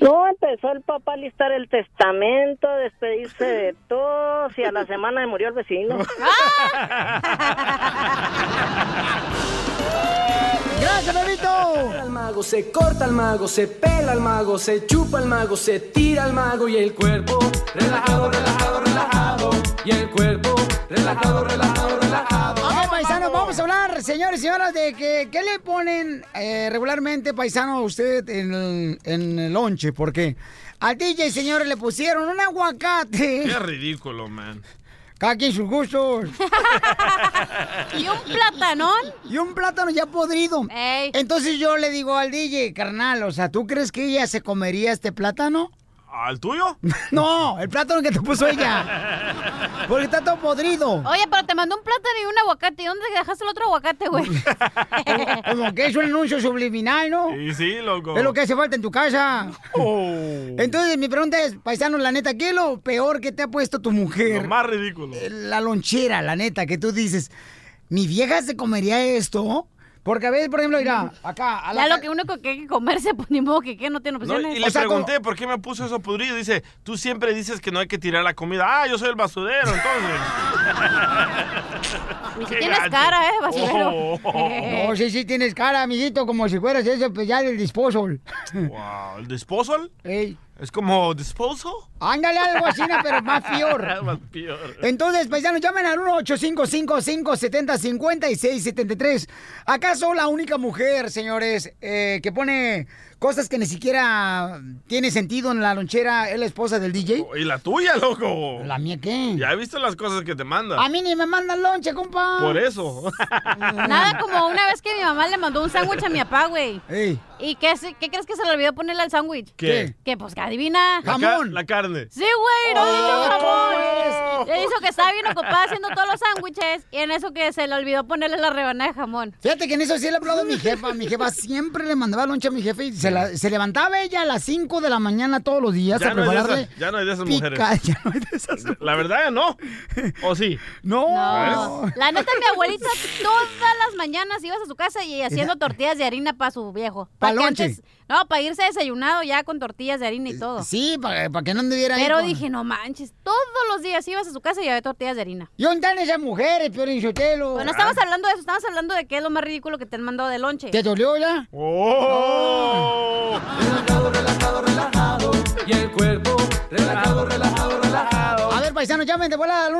S15: No, empezó el papá a listar el testamento, a despedirse
S1: [LAUGHS]
S15: de todos y a la semana se murió el vecino.
S1: ¡Gracias, bebito!
S5: Al mago se corta al mago, se pela al mago, se chupa al mago, se tira al mago y el cuerpo relajado, relajado, relajado. Y el cuerpo relajado, relajado, relajado.
S1: Ok, paisano, vamos a hablar, señores y señoras, de que, qué le ponen eh, regularmente, paisano, a usted en el, en el lonche. Porque al DJ, señores, le pusieron un aguacate.
S2: Qué ridículo, man.
S1: Cada quien sus gustos.
S6: [LAUGHS] y un platanón.
S1: Y un plátano ya podrido. Entonces yo le digo al DJ, carnal, o sea, ¿tú crees que ella se comería este plátano?
S2: ¿Al tuyo?
S1: [LAUGHS] no, el plátano que te puso ella.
S2: [LAUGHS]
S1: Porque está todo podrido.
S6: Oye, pero te mandó un plátano y un aguacate. ¿Y dónde dejaste el otro aguacate, güey?
S1: Como que es un anuncio subliminal, ¿no?
S2: Y sí, loco.
S1: Es lo que hace falta en tu casa. Entonces, mi pregunta es, paisano, la neta, ¿qué es lo peor que te ha puesto tu mujer? Eh,
S2: Lo más ridículo.
S1: La lonchera, la neta, que tú dices, mi vieja se comería esto. Porque a veces, por ejemplo,
S2: Mm.
S1: mira, [LAUGHS] acá, a la
S6: Ya lo que único que hay que comerse, pues ni modo que qué, no tiene
S2: No,
S6: opciones.
S2: y le pregunté por qué me puso eso podrido. Dice, tú siempre dices que no hay que tirar la comida. Ah, yo soy el basurero,
S1: [LAUGHS]
S2: entonces. Qué
S6: tienes
S2: gacho.
S6: cara, ¿eh, basurero?
S2: Oh.
S1: No, sí, sí, tienes cara, amiguito, como si fueras ese pues, ya del disposal.
S2: Wow, ¿el disposal?
S1: Ey.
S2: ¿Es como disposal?
S1: Ándale algo así, ¿no? pero más peor.
S2: [LAUGHS] Más peor.
S1: Entonces, paisanos, llamen al 1-855-570-5673. ¿Acaso la única mujer, señores, eh, que pone cosas que ni siquiera tiene sentido en la lonchera es la esposa del DJ?
S2: ¿Y la tuya, loco?
S1: Eh. ¿La mía qué?
S2: Ya he visto las cosas que te manda.
S1: A mí ni me mandan lonche, compa.
S2: Por eso.
S6: Nada como una vez que mi mamá le mandó un sándwich a mi papá,
S1: [LAUGHS]
S6: güey.
S1: Ey.
S6: ¿Y qué, se- qué crees que se le olvidó ponerle al sándwich?
S2: ¿Qué?
S6: Que pues que adivina.
S2: La ca- La carne.
S6: Sí, güey, no le
S2: Oh,
S6: echó
S2: ¿cómo
S6: jamón.
S1: pues.
S2: es?
S6: Le hizo que estaba bien ocupada haciendo todos los sándwiches y en eso que se le olvidó ponerle la rebanada de jamón.
S1: Fíjate que en eso sí le aplaudo a mi jefa. Mi jefa siempre le mandaba lonche a mi jefe y se, la- se levantaba ella a las 5 de la mañana todos los días
S2: Ya
S1: a
S2: no, hay de
S1: prepararle.
S2: esas, ya no hay de esas
S1: pica-
S2: mujeres.
S1: [LAUGHS] ya no hay de esas
S2: La verdad, ya no. ¿O sí?
S6: No.
S2: ¿Ves?
S6: La neta, mi abuelita todas las mañanas ibas a su casa y haciendo tortillas de harina para su viejo.
S1: Pa'
S6: que
S1: lonche. Eh,
S6: antes- No, para irse desayunado ya con tortillas de harina y todo.
S1: Sí, para que no anduviera ahí
S6: Pero
S1: con-
S6: dije, no manches, todos los días ibas a su casa y había tortillas de harina.
S1: ¿Y dónde están esas mujeres, Piolín Sotelo?
S6: Pero no estamos hablando de eso, estamos hablando de qué es lo más ridículo que te han mandado de lonche.
S1: ¿Te dolió ya?
S2: Oh.
S5: Y el cuerpo relajado, relajado, relajado.
S1: A ver, paisano, llamen de volada al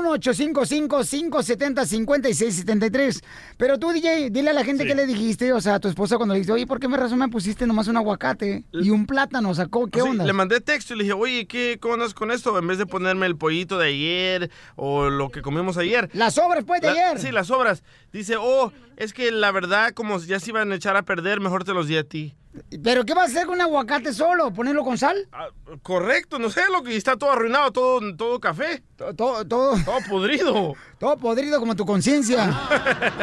S1: 1-855-570-5673. Pero tú, DJ, dile a la gente que le dijiste, o sea, a tu esposa cuando le dijiste, oye, ¿por qué me razón me pusiste nomás un aguacate y un plátano? O sea, ¿co- ¿qué
S2: Sí,
S1: onda?
S2: le mandé texto y le dije, oye, ¿qué cómo andas con esto? En vez de ponerme el pollito de ayer o lo que comimos ayer.
S1: Las obras, pues, de
S2: La-
S1: ayer.
S2: Sí, las obras. Dice, oh, es que la verdad, como ya se iban a echar a perder, mejor te los di a ti.
S1: ¿Pero qué vas a hacer con un aguacate solo? ¿Ponerlo con sal?
S2: Ah, Correcto, no sé, lo que está todo arruinado, todo, todo café.
S1: Todo, todo, todo
S2: podrido.
S1: [LAUGHS] Todo podrido como tu conciencia. Entonces,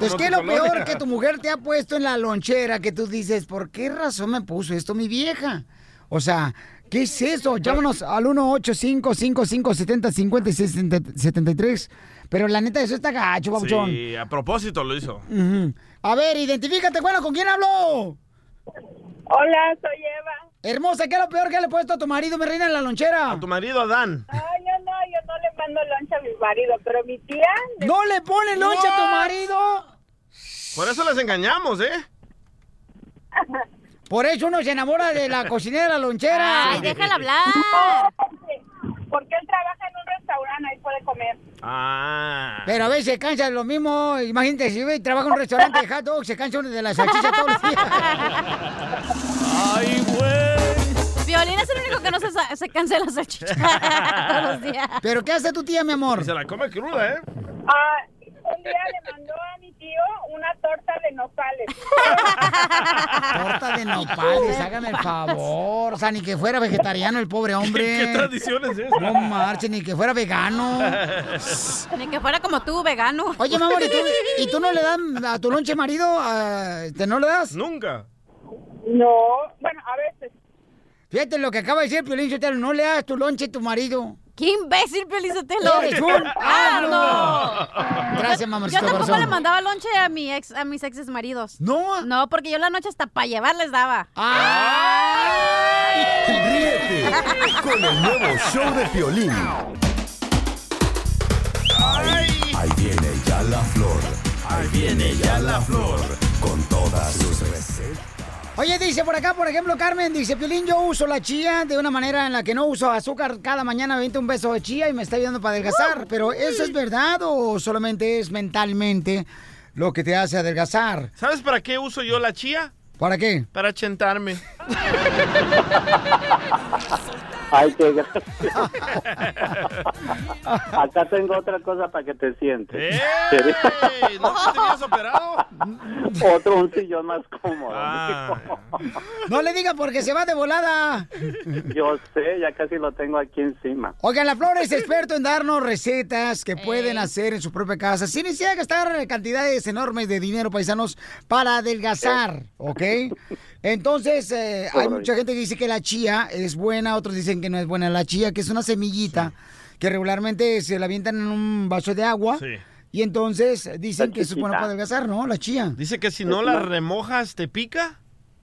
S1: Pues, ¿qué es lo peor
S2: [LAUGHS]
S1: que tu mujer te ha puesto en la lonchera que tú dices, ¿por qué razón me puso esto mi vieja? O sea, ¿qué es eso? Llámanos al 1-855-570-5673. Pero la neta, eso está gacho, babuchón.
S2: Sí, a propósito lo hizo.
S1: Ujú. A ver, identifícate, bueno, ¿con quién hablo? Hola, soy Eva. Hermosa, ¿qué es lo peor que le he puesto a tu marido, mi reina, en la lonchera? A
S2: tu marido, Adán.
S16: Ay, yo no, yo no le mando loncha a mi marido, pero mi tía...
S1: ¡No le pone loncha a tu
S16: What?
S1: marido!
S2: Por eso las engañamos, ¿eh?
S1: Por eso uno se enamora de la cocinera de la lonchera.
S6: Ay, déjala hablar.
S16: Porque él trabaja en un restaurante, ahí puede comer.
S6: [LAUGHS]
S2: Ah.
S1: Pero a veces se cansa lo mismo. Imagínate, si ve y trabaja en un restaurante de hot dog, se cansa uno de la salchicha todos los días.
S2: Ay, güey.
S6: Violín es el único que no se, sa- se cancela la salchicha [LAUGHS] [LAUGHS] todos los días.
S1: ¿Pero qué hace tu tía, mi amor?
S2: Se la come cruda, ¿eh?
S16: Ah, un día le mandó a mi tío una torta de nopales.
S1: Torta
S6: [LAUGHS]
S1: de nopales, hágame el favor. O sea, ni que fuera vegetariano el pobre hombre.
S2: ¿Qué, qué tradición es esa?
S1: No marche, ni que fuera vegano.
S6: Ni que fuera como tú, vegano.
S1: Oye, mi amor, ¿y tú, y tú no le das a tu lonche marido? a- ¿Te no le das?
S2: Nunca.
S1: No, bueno, a veces. Fíjate lo que acaba de decir Piolín Sotelo, no le das tu lonche a tu marido.
S6: ¡Qué imbécil, Piolín Sotelo!
S1: ¡Eres un
S6: ¡Ah,
S1: no! Gracias, mamacita
S6: Yo tampoco
S1: corazón.
S6: le mandaba lonche a, mi ex, a mis exes maridos.
S1: ¿No? Ah,
S6: No, porque yo en la noche hasta para llevar les daba. Ah,
S4: Ríete con el nuevo show de violín. Ahí viene ya la flor. Ahí viene ya la flor. Con todas sus recetas.
S1: Oye, dice por acá, por ejemplo, Carmen, dice, Piolín, yo uso la chía de una manera en la que no uso azúcar. Cada mañana me aviento un beso de chía y me está ayudando para adelgazar.
S6: Uh,
S1: Pero ¿eso es verdad o solamente es mentalmente lo que te hace adelgazar?
S2: ¿Sabes para qué uso yo la chía?
S1: ¿Para qué?
S2: Para chentarme.
S17: Ay, qué gra- Acá tengo otra cosa para que te sientes.
S2: ¿No te habías operado? Ah.
S17: Otro un sillón más cómodo. amigo.
S1: No le diga porque se va de volada.
S17: Yo sé, ya casi lo tengo aquí encima.
S1: Oigan, la flor es experto en darnos recetas que pueden hacer en su propia casa sin necesidad de gastar cantidades enormes de dinero, paisanos, para adelgazar, ¿ok? Entonces, eh, hay
S17: Correcto.
S1: mucha gente que dice que la chía es buena, otros dicen que no es buena. La chía, que es una semillita que regularmente se la avientan en un vaso de agua
S2: Sí.
S1: y entonces dicen
S2: La
S1: que es buena
S2: chiquita.
S1: para adelgazar, ¿no? La chía.
S2: Dice que si no la remojas, ¿te pica?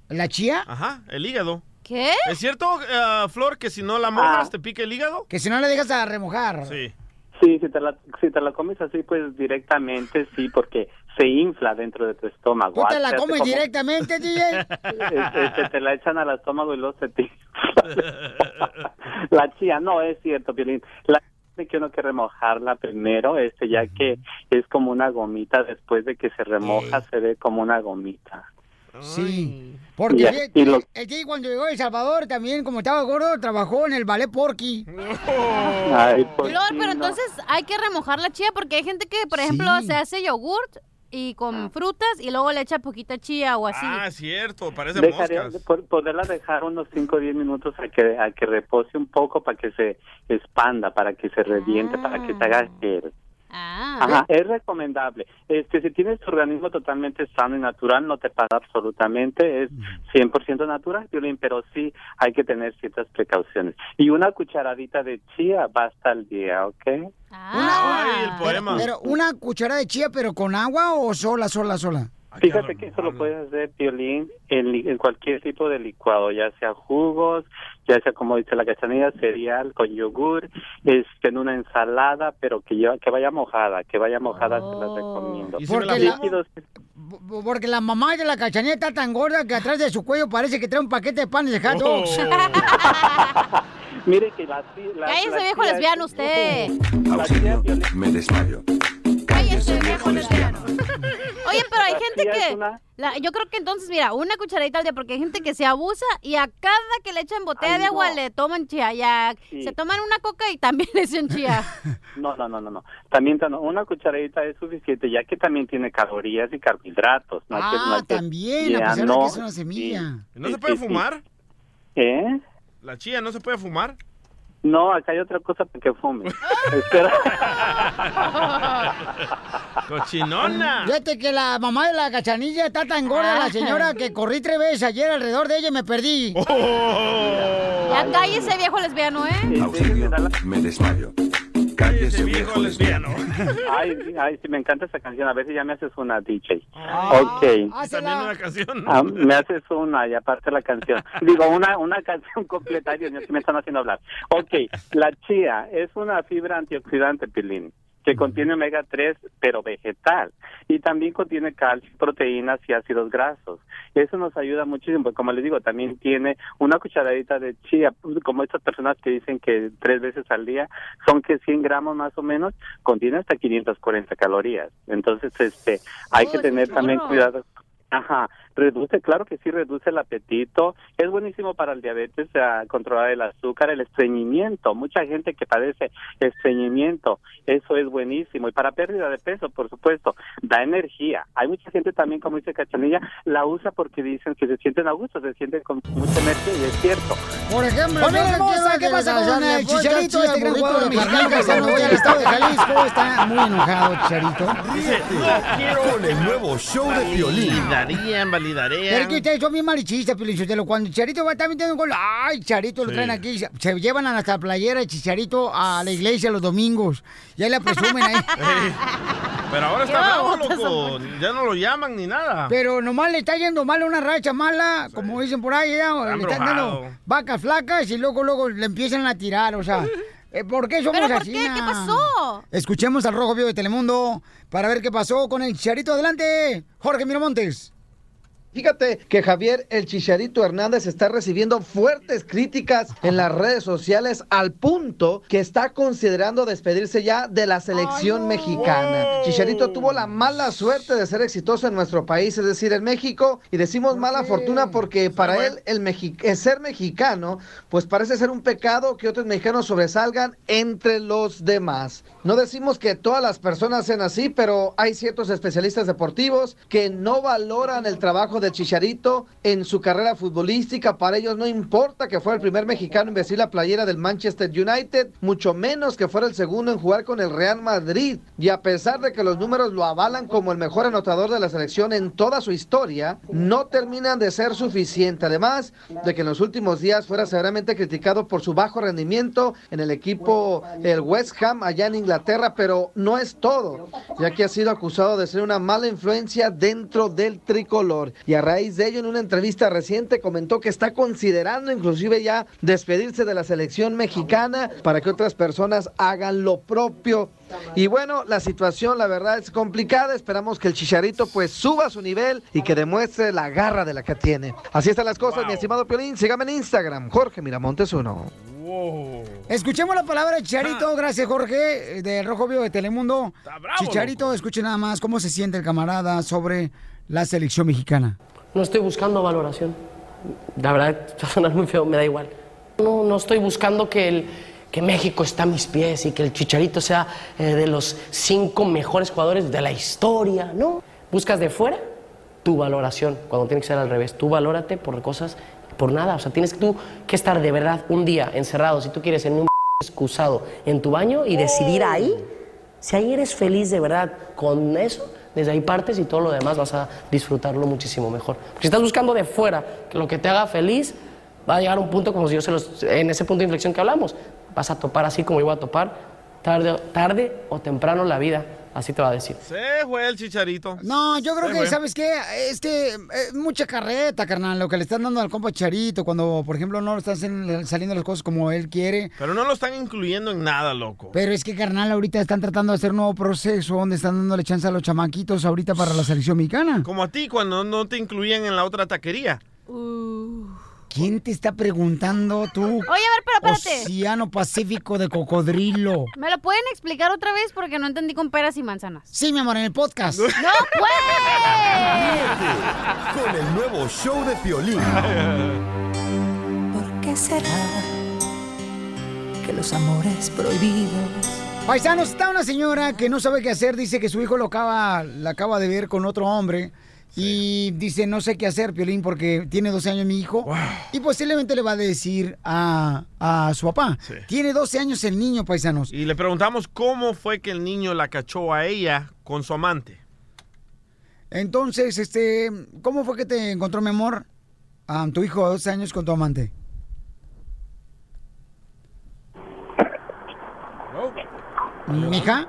S1: ¿La chía?
S2: Ajá, el hígado.
S6: ¿Qué?
S2: ¿Es cierto, eh, Flor, que si no la
S17: Ah.
S2: mojas, te pica el hígado?
S1: Que si no la dejas a remojar.
S2: Sí.
S17: Sí, si te, la, si te la comes así, pues directamente sí, porque se infla dentro de tu estómago.
S1: ¿Tú te la
S17: Hace
S1: comes
S17: como-
S1: directamente, DJ?
S17: Este, este, te la echan al estómago y luego se te [LAUGHS] infla. La chía, no, es cierto, Piolín. La de que uno que remojarla primero, este, ya que es como una gomita, después de que se remoja se ve como una gomita.
S1: Sí, Porque
S17: Ya,
S1: oye,
S17: y lo-
S1: el DJ cuando llegó a El Salvador también, como estaba gordo, trabajó en el ballet Porky.
S17: Ay, pues,
S6: Flor,
S17: sí,
S6: pero
S17: no.
S6: entonces hay que remojar la chía porque hay gente que, por ejemplo, se hace yogurt y
S1: Ah.
S6: con frutas y luego le echa poquita chía o así.
S2: Ah, cierto, parece
S17: Dejaría-
S2: moscas.
S17: por- poderla dejar unos 5 o 10 minutos a que, a que repose un poco para que se expanda, para que se reviente, para que se
S2: Ah.
S17: haga gel. Ajá, es recomendable. Este, si tienes tu organismo totalmente sano y natural, no te paga absolutamente,
S1: Mm.
S17: es 100% natural, Piolín, pero sí hay que tener ciertas precauciones. Y una cucharadita de chía basta al día, ¿ok?
S2: Ay, el poema.
S1: Pero una cuchara de chía, pero con agua o sola, sola, sola.
S17: Fíjate que eso lo puedes hacer, Piolín, en, li- en cualquier tipo de licuado, ya sea jugos, ya sea como dice la cachanilla, cereal con yogur, este, en una ensalada, pero que lleva, que vaya mojada, que vaya mojada, te las recomiendo.
S1: ¿Y si me la Porque la- P- Porque la mamá de la cachanilla está tan gorda que atrás de su cuello parece que trae un paquete de panes de hot dogs.
S17: Mire que la tía... La, la
S6: Cállese, viejo
S17: tía-
S6: lesbiano, usted.
S4: Auxilio, me desmayo.
S6: Cállese, viejo lesbiano. Oye, pero hay
S17: La
S6: gente
S17: tía es
S6: que.
S17: una-
S6: la- yo creo que entonces, mira, una cucharadita al día, porque hay gente que se abusa y a cada que le echan botella
S17: Ay,
S6: de agua
S17: no.
S6: le toman chiayac.
S17: Sí.
S6: Se toman una coca y también [LAUGHS] le echan
S17: [LAUGHS]
S6: chiayac.
S17: No, no, no, no, no. También tan- una cucharadita es suficiente, ya que también tiene calorías y carbohidratos. No hay que- no hay
S1: Ah,
S17: que-
S1: también,
S17: ya
S1: a pesar de
S17: no.
S1: que es una semilla.
S2: ¿No se puede
S17: sí, sí.
S2: fumar?
S17: ¿Eh?
S2: ¿La chía no se puede
S17: [LAUGHS]
S2: fumar?
S17: No, acá hay otra cosa para que
S2: [LAUGHS]
S17: fume. Espera.
S2: ¡Cochinona!
S1: [LAUGHS] Fíjate que la mamá de la cachanilla está tan gorda la señora que corrí tres veces ayer alrededor de ella y me perdí.
S6: Ya cállese, viejo lesbiano, ¿eh?
S4: Auxilio, me desmayo. Cállese, viejo lesbiano.
S17: Ay, sí, ay, sí, me encanta esa canción. A veces ya me haces una, DJ.
S1: Ah,
S17: ok.
S2: También una
S7: [LAUGHS]
S2: canción.
S17: Ah, me haces una y aparte la canción. Digo, una, una canción [LAUGHS] completa, Dios mío, si me están haciendo hablar. Ok, la chía es una fibra antioxidante, Pilín, que contiene omega 3, pero vegetal. Y también contiene calcio, proteínas y ácidos grasos. Eso nos ayuda muchísimo, porque como les digo, también tiene una cucharadita de chía, pues, como estas personas que dicen que tres veces al día son que 100 gramos más o menos, contiene hasta 540 calorías. Entonces, este, hay que tener también
S18: chorro.
S17: cuidado Ajá, reduce, claro que sí, reduce el apetito. Es buenísimo para el diabetes, a controlar el azúcar, el estreñimiento. Mucha gente que padece estreñimiento, eso es buenísimo. Y para pérdida de peso, por supuesto, da energía. Hay mucha gente también, como dice Cachanilla, la usa porque dicen que se sienten a gusto, se sienten con mucha energía y es cierto.
S1: Por ejemplo,
S17: Familia
S1: yo no
S17: hermosa,
S1: quiero
S17: ¿qué pasa con
S1: desgastarle
S17: el
S1: la pocha
S17: Chicharito,
S1: chida
S17: este
S1: al
S17: gran
S1: burrito
S17: jugador
S1: de
S17: mexicano
S1: Michoacán,
S17: que se
S1: Casanova,
S17: nos fue
S1: del estado de Jalisco? Está muy enojado,
S2: [LAUGHS]
S1: Chicharito.
S4: Con el nuevo show de violín.
S2: Validarían, validarían.
S1: Pero es que ustedes son bien malichistas, Pelichotelo. Cuando Chicharito va a estar metiendo un gol, ¡ay, Chicharito lo
S2: Sí.
S1: traen aquí! Se- Se llevan a nuestra playera de Chicharito a la iglesia los domingos. Ya la presumen
S2: [LAUGHS]
S1: ahí.
S2: Pero ahora está
S1: Qué
S2: bravo,
S1: babotas
S2: loco. Ya no lo llaman ni nada.
S1: Pero nomás le está yendo mal una racha mala, como dicen por ahí, ya, le están dando
S2: embrujado.
S1: vacas flacas y luego, luego le empiezan a tirar, o sea. eh, ¿Por qué somos
S6: ¿Pero por
S1: así?
S6: qué? ¿Qué
S1: na?
S6: pasó?
S1: Escuchemos al Rojo Vivo de Telemundo para ver qué pasó con el Chicharito. Adelante, Jorge Miramontes.
S3: Fíjate que Javier El Chicharito Hernández está recibiendo fuertes críticas en las redes sociales al punto que está considerando despedirse ya de la selección mexicana. Chicharito tuvo la mala suerte de ser exitoso en nuestro país, es decir, en México, y decimos mala fortuna porque para él el mexi- eh, ser mexicano pues parece ser un pecado que otros mexicanos sobresalgan entre los demás. No decimos que todas las personas sean así, pero hay ciertos especialistas deportivos que no valoran el trabajo de Chicharito en su carrera futbolística. Para ellos no importa que fuera el primer mexicano en vestir la playera del Manchester United, mucho menos que fuera el segundo en jugar con el Real Madrid. Y a pesar de que los números lo avalan como el mejor anotador de la selección en toda su historia, no terminan de ser suficiente. Además de que en los últimos días fuera severamente criticado por su bajo rendimiento en el equipo el West Ham allá en Inglaterra, pero no es todo, ya que ha sido acusado de ser una mala influencia dentro del tricolor. Y a raíz de ello, en una entrevista reciente comentó que está considerando inclusive ya despedirse de la selección mexicana para que otras personas hagan lo propio. Y bueno, la situación la verdad es complicada, esperamos que el Chicharito pues suba su nivel y que demuestre la garra de la que tiene. Así están las cosas, mi estimado Piolín, sígame en Instagram, Jorge Miramontes uno.
S1: Escuchemos la palabra de Chicharito. Gracias, Jorge, eh, de Rojo Vivo de Telemundo. Chicharito, escuche nada más cómo se siente el camarada sobre la selección mexicana.
S19: No estoy buscando valoración. La verdad, [LAUGHS] va a sonar muy feo, me da igual. No, no estoy buscando que, el, que México está a mis pies y que el Chicharito sea eh, de los cinco mejores jugadores de la historia, ¿no? Buscas de fuera tu valoración, cuando tiene que ser al revés. Tú valórate por cosas, por nada. O sea, tienes que tú que estar de verdad un día encerrado, si tú quieres, en un [LAUGHS] excusado, en tu baño y decidir ahí si ahí eres feliz de verdad con eso, desde ahí partes y todo lo demás vas a disfrutarlo muchísimo mejor. Porque si estás buscando de fuera que lo que te haga feliz, va a llegar a un punto como si yo se los, en ese punto de inflexión que hablamos, vas a topar así como iba a topar, tarde, tarde o temprano la vida, así te va a decir.
S2: Se fue el chicharito.
S1: No, yo creo
S2: Se
S1: que,
S2: fue.
S1: ¿sabes qué? Es que eh, mucha carreta, carnal, lo que le están dando al compa Chicharito cuando, por ejemplo, no le están sal- saliendo las cosas como él quiere.
S2: Pero no lo están incluyendo en nada, loco.
S1: Pero es que, carnal, ahorita están tratando de hacer un nuevo proceso donde están dándole chance a los chamaquitos ahorita para la selección mexicana.
S2: Como a ti cuando no te incluían en la otra taquería.
S1: ¿Quién te está preguntando tú?
S6: Oye, a ver, pero
S1: Oh,
S6: espérate.
S1: Océano Pacífico de cocodrilo.
S6: ¿Me lo pueden explicar otra vez? Porque no entendí con peras y manzanas.
S1: Sí, mi amor, en
S18: [LAUGHS]
S1: el podcast.
S6: ¡No, pues!
S4: Con el nuevo show de [LAUGHS] Piolín.
S18: ¿Por qué será que los amores prohibidos
S1: Paisanos, está una señora que no sabe qué hacer, dice que su hijo lo acaba, la acaba de ver con otro hombre. Y dice, no sé qué hacer, Piolín, porque tiene 12 años mi hijo. Y posiblemente le va a decir a, a su papá. Tiene 12 años el niño, paisanos.
S2: Y le preguntamos cómo fue que el niño la cachó a ella con su amante.
S1: Entonces, este, ¿cómo fue que te encontró, mi amor, a tu hijo de 12 años con tu amante? ¿Mija?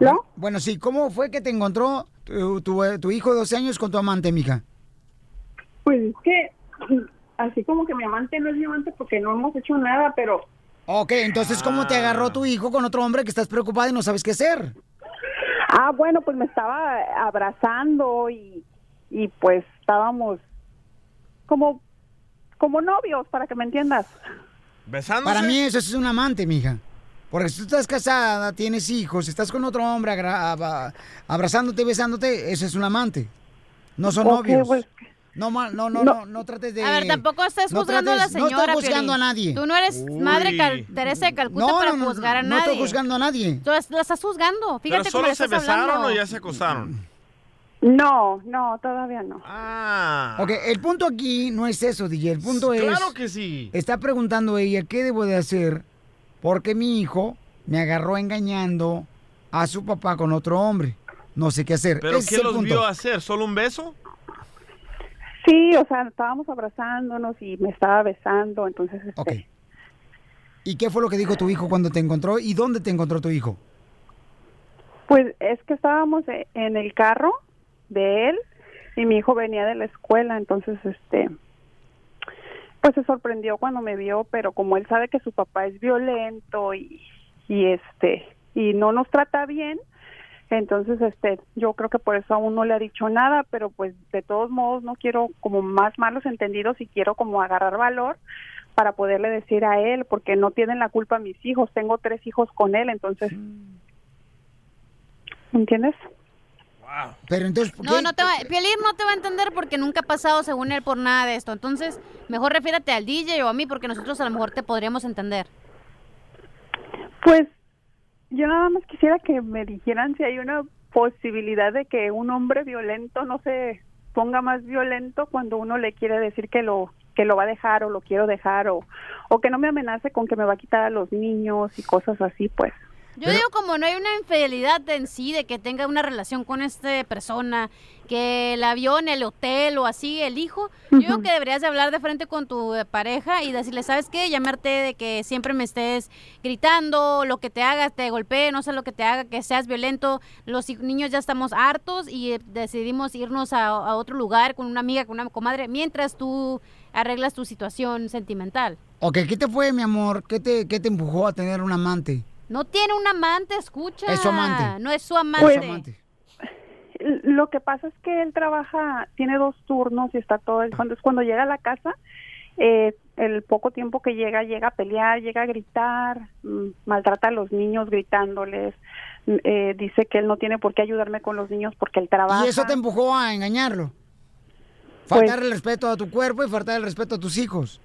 S1: ¿No? Bueno, sí, ¿cómo fue que te encontró tu, tu, eh, tu hijo de 12 años con tu amante, mija?
S16: Pues es que, así como que mi amante no es mi amante porque no hemos hecho nada, pero
S1: Ok, entonces, ¿cómo te agarró tu hijo con otro hombre que estás preocupada y no sabes qué hacer?
S16: Ah, bueno, pues me estaba abrazando y, y pues estábamos como, como novios, para que me entiendas.
S2: ¿Besándose?
S1: Para mí eso es un amante, mija. Porque si tú estás casada, tienes hijos, estás con otro hombre agra- abra- abrazándote, besándote, eso es un amante. No son
S16: Ok,
S1: novios.
S16: pues.
S1: No, ma- no, no,
S16: No.
S1: no, no trates de...
S6: A ver, tampoco estás
S1: no
S6: juzgando a la
S1: trates-
S6: señora.
S1: No estoy juzgando
S6: Piolín.
S1: a nadie.
S6: Tú no eres madre cal- Teresa de Calcuta para juzgar a
S1: no
S6: nadie.
S1: estoy juzgando a nadie.
S6: Tú las- la estás juzgando. Fíjate
S2: ¿Pero
S6: cómo
S2: solo
S6: le
S2: se
S6: estás
S2: besaron
S6: hablando.
S2: o ya se acostaron?
S16: No, no, todavía no.
S2: Ah.
S1: Ok, el punto aquí no es eso, DJ. El punto es...
S2: Claro que sí.
S1: Está preguntando ella, ¿qué debo de hacer? Porque mi hijo me agarró engañando a su papá con otro hombre. No sé qué hacer.
S2: ¿Pero
S1: Ese
S2: qué
S1: Er, es el
S2: los
S1: punto.
S2: vio hacer? ¿Solo un beso?
S16: Sí, o sea, estábamos abrazándonos y me estaba besando, entonces... Este,
S1: ¿Y qué fue lo que dijo tu hijo cuando te encontró? ¿Y dónde te encontró tu hijo?
S16: Pues es que estábamos e- en el carro de él y mi hijo venía de la escuela, entonces este pues se sorprendió cuando me vio, pero como él sabe que su papá es violento y, [LAUGHS] y este y no nos trata bien, entonces este yo creo que por eso aún no le ha dicho nada, pero pues de todos modos no quiero como más malos entendidos y quiero como agarrar valor para poderle decir a él porque no tienen la culpa mis hijos, tengo tres hijos con él, entonces
S1: Mm.
S16: ¿Entiendes?
S1: Pero entonces, ¿por
S6: No,
S1: qué?
S6: no te va, Piolín no te va a entender porque nunca ha pasado según él por nada de esto. Entonces, mejor refiérate al DJ o a mí porque nosotros a lo mejor te podríamos entender.
S16: Pues yo nada más quisiera que me dijeran si hay una posibilidad de que un hombre violento no se ponga más violento cuando uno le quiere decir que lo que lo va a dejar o lo quiero dejar o, o que no me amenace con que me va a quitar a los niños y cosas así, pues.
S6: Yo digo como no hay una infidelidad en sí de que tenga una relación con esta persona, que el avión, el hotel o así, el hijo, yo digo que deberías de hablar de frente con tu eh, pareja y decirle, ¿sabes qué? Llamarte de que siempre me estés gritando, lo que te hagas, te golpee, no sé lo que te haga, que seas violento, los hi- niños ya estamos hartos y eh, decidimos irnos a, a otro lugar con una amiga, con una comadre, mientras tú arreglas tu situación sentimental.
S1: Ok, ¿qué te fue, mi amor? ¿Qué te, qué te empujó a tener un amante?
S6: No tiene un amante, escucha.
S1: Es su amante.
S6: No es su amante.
S16: L- Pues, Lo que pasa es que él trabaja, tiene dos turnos y está todo el cuando cuando llega a la casa, eh, el poco tiempo que llega llega a pelear, llega a gritar, mm, maltrata a los niños gritándoles, mm, eh, dice que él no tiene por qué ayudarme con los niños porque él trabaja.
S1: ¿Y eso te empujó a engañarlo? Faltar el respeto a tu cuerpo y faltar el respeto a tus hijos.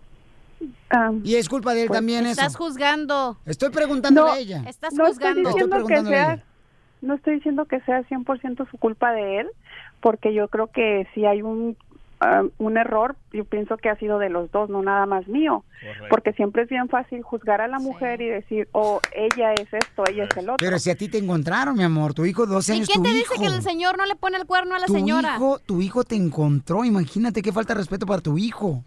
S1: y es culpa de él Pues, también eso.
S6: Pues, Estás juzgando.
S1: Estoy preguntándole
S6: No,
S1: a ella.
S6: estás
S16: no estoy
S6: juzgando.
S16: diciendo
S1: Estoy
S16: que
S1: preguntándole a
S16: sea,
S1: ella.
S16: no estoy diciendo que sea 100% su culpa de él, porque yo creo que si hay un ah, un error, yo pienso que ha sido de los dos, no nada más mío, porque siempre es bien fácil juzgar a la mujer y decir, oh, ella es esto, ella es el otro.
S1: Pero si a ti te encontraron, mi amor, tu hijo, 12
S6: ¿Y
S1: años,
S6: quién
S1: tu
S6: te
S1: hijo.
S6: dice que el señor no le pone el cuerno a la
S1: tu
S6: señora?
S1: Hijo, tu hijo te encontró, imagínate qué falta de respeto para tu hijo.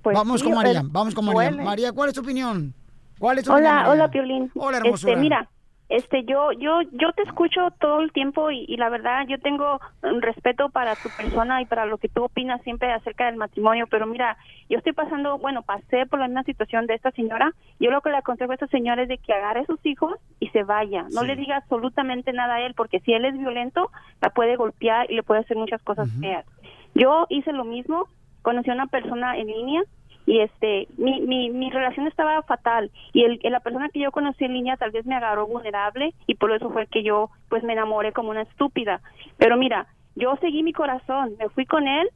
S20: Pues
S1: vamos
S20: sí,
S1: con María,
S20: pero
S1: vamos con María.
S20: duele.
S1: María, ¿cuál es tu opinión? ¿Cuál es tu opinión?
S20: Hola,
S1: María?
S20: hola Piolín.
S1: Hola, hermosura.
S20: Este, mira, este yo yo yo te escucho todo el tiempo y, y la verdad yo tengo mm, respeto para tu persona y para lo que tú opinas siempre acerca del matrimonio, pero mira, yo estoy pasando, bueno, pasé por la misma situación de esta señora. Yo lo que le aconsejo a esta señora es de que agarre a sus hijos y se vaya. No
S6: Sí.
S20: le diga absolutamente nada a él porque si él es violento, la puede golpear y le puede hacer muchas cosas feas. Yo hice lo mismo, conocí a una persona en línea y este mi, mi, mi relación estaba fatal y el, la persona que yo conocí en línea tal vez me agarró vulnerable y por eso fue que yo pues me enamoré como una estúpida. Pero mira, yo seguí mi corazón, me fui con él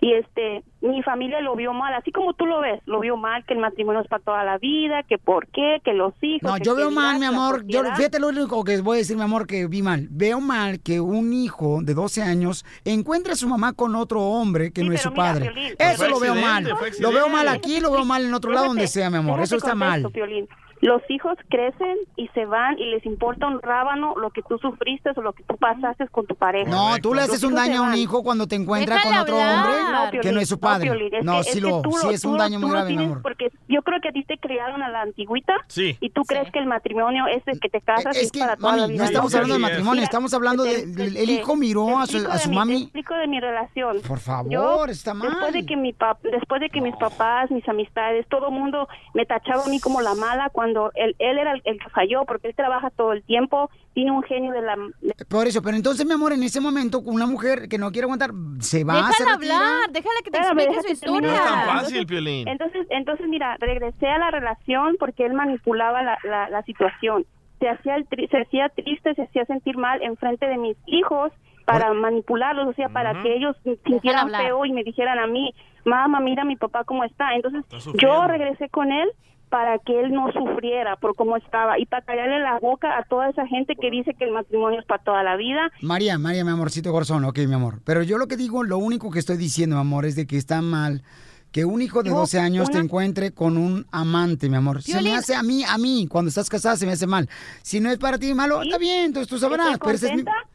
S20: y este mi familia lo vio mal, así como tú lo ves, lo vio mal que el matrimonio es para toda la vida, que por qué, que los hijos.
S1: No,
S20: que
S1: yo
S20: qué
S1: veo mal, mi
S20: diablos,
S1: amor.
S20: por qué
S1: Yo,
S20: edad.
S1: fíjate lo único que voy a decir, mi amor, que vi mal. Veo mal que un hijo de 12 años encuentre a su mamá con otro hombre que no es su padre.
S20: Piolín,
S1: Eso
S20: fue
S1: lo veo mal.
S20: accidente, fue
S1: Lo veo mal
S20: accidente.
S1: aquí, lo veo mal en otro lado, donde
S20: Déjate,
S1: sea, mi amor.
S20: déjate
S1: Eso está mal.
S20: contesto, Piolín. Los hijos crecen y se van y les importa un rábano lo que tú sufriste o lo que tú pasaste con tu pareja.
S1: No, tú le
S20: Los
S1: haces un
S20: hijos se
S1: daño a un
S20: van.
S1: hijo cuando te encuentra
S20: Déjala
S1: con otro
S20: hablar.
S1: hombre que
S20: Piolín,
S1: no es su padre. No,
S20: Piolín, es que-
S1: sí,
S20: que
S1: lo,
S20: tú
S1: sí
S20: lo-
S1: es
S20: tú
S1: un
S20: lo-
S1: daño
S20: tú
S1: muy
S20: lo
S1: grave, mi
S20: tienes
S1: amor.
S20: Porque yo creo que a ti te criaron a la antigüita.
S2: Sí.
S20: Y tú crees que el matrimonio es el que te casas y
S1: Es
S20: es
S1: que,
S20: para toda la
S1: mami,
S20: vida.
S1: no estamos hablando de matrimonio,
S20: Mira,
S1: estamos hablando de... El hijo miró a su,
S20: explico
S1: a
S20: de
S1: su
S20: mi- te
S1: mami.
S20: explico de mi relación.
S1: Por favor,
S20: Yo,
S1: está mal.
S20: Después de que mi pap- después de que mis papás, mis amistades, todo mundo me tachaba a mí como la mala cuando él, él era el, el que falló porque él trabaja todo el tiempo, tiene un genio de la
S1: Por eso, pero entonces, mi amor, en ese momento, una mujer que no quiere aguantar, se va a hacer...
S20: hablar, déjala que
S6: te explique su historia.
S1: No es tan fácil, Piolín.
S20: Entonces, entonces, mira, regresé a la relación porque él manipulaba la, la, la situación. Se hacía, el tri- se hacía triste, se hacía sentir mal en frente de mis hijos para manipularlos, o sea, para que ellos sintieran
S6: hablar.
S20: feo y me dijeran a mí, mamá, mira mi papá cómo está. Entonces,
S6: sufriendo.
S20: yo regresé con él para que él no sufriera por cómo estaba y para callarle la boca a toda esa gente que dice que el matrimonio es para toda la vida
S1: María, María, mi amorcito corazón, ok, mi amor. Pero yo lo que digo, lo único que estoy diciendo, mi amor, es de que está mal que un hijo de 12 años te encuentre con un amante, mi amor. Se me
S6: Piolín.
S1: hace a mí, a mí, cuando estás casada se me hace mal. Si no es para ti malo, está bien, entonces tú sabrás.
S20: Estoy
S1: Pero ese es mi-
S20: contenta,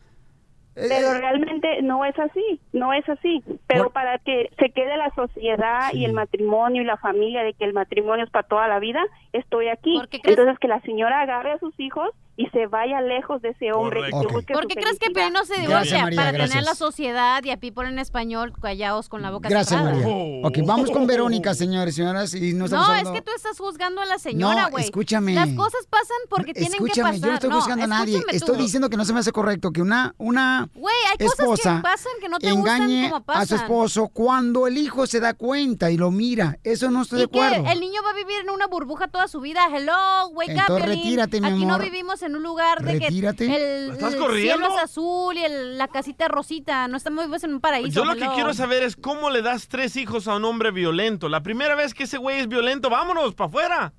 S1: Eh,
S20: pero
S1: eh.
S20: realmente no es así, no es así. Pero para que se quede la sociedad y el matrimonio y la familia de que el matrimonio es para toda la vida, estoy aquí. Entonces que la señora agarre a sus hijos y se vaya lejos de ese hombre. y que
S1: Correcto.
S20: busque
S6: ¿Por
S20: su
S6: qué crees que
S20: felicidad.
S6: Pelín no se
S1: Gracias,
S6: divorcia?
S1: María,
S6: para
S1: gracias.
S6: tener la sociedad y a People en español callados con la boca
S1: Gracias,
S6: cerrada.
S1: María. Ok, vamos con Verónica, señores, señoras, y no estamos
S6: No,
S1: hablando-
S6: es que tú estás juzgando a la señora,
S1: No,
S6: güey.
S1: escúchame.
S6: Las cosas pasan porque tienen que
S1: Escúchame,
S6: pasar.
S1: yo no estoy buscando a nadie.
S6: escúchame
S1: Estoy
S6: tú.
S1: diciendo que no se me hace correcto que una, una
S6: Güey, hay cosas que
S1: esposa
S6: pasan que no te gustan
S1: engañe
S6: como
S1: a su
S6: pasan.
S1: esposo cuando el hijo se da cuenta y lo mira. Eso no estoy de
S6: Y que
S1: acuerdo.
S6: el niño va a vivir en una burbuja toda su vida. Hello, wake up,
S1: Entonces,
S6: Piolín.
S1: retírate, mi
S6: Aquí
S1: amor.
S6: no vivimos en un lugar de
S1: Retírate.
S6: que el,
S1: ¿La estás
S6: el
S2: corriendo?
S6: cielo es azul y el- la casita es rosita. No estamos vivos en un paraíso.
S2: Yo lo que
S6: hello.
S2: quiero saber es cómo le das tres hijos a un hombre violento. La primera vez que ese güey es violento, vámonos para afuera.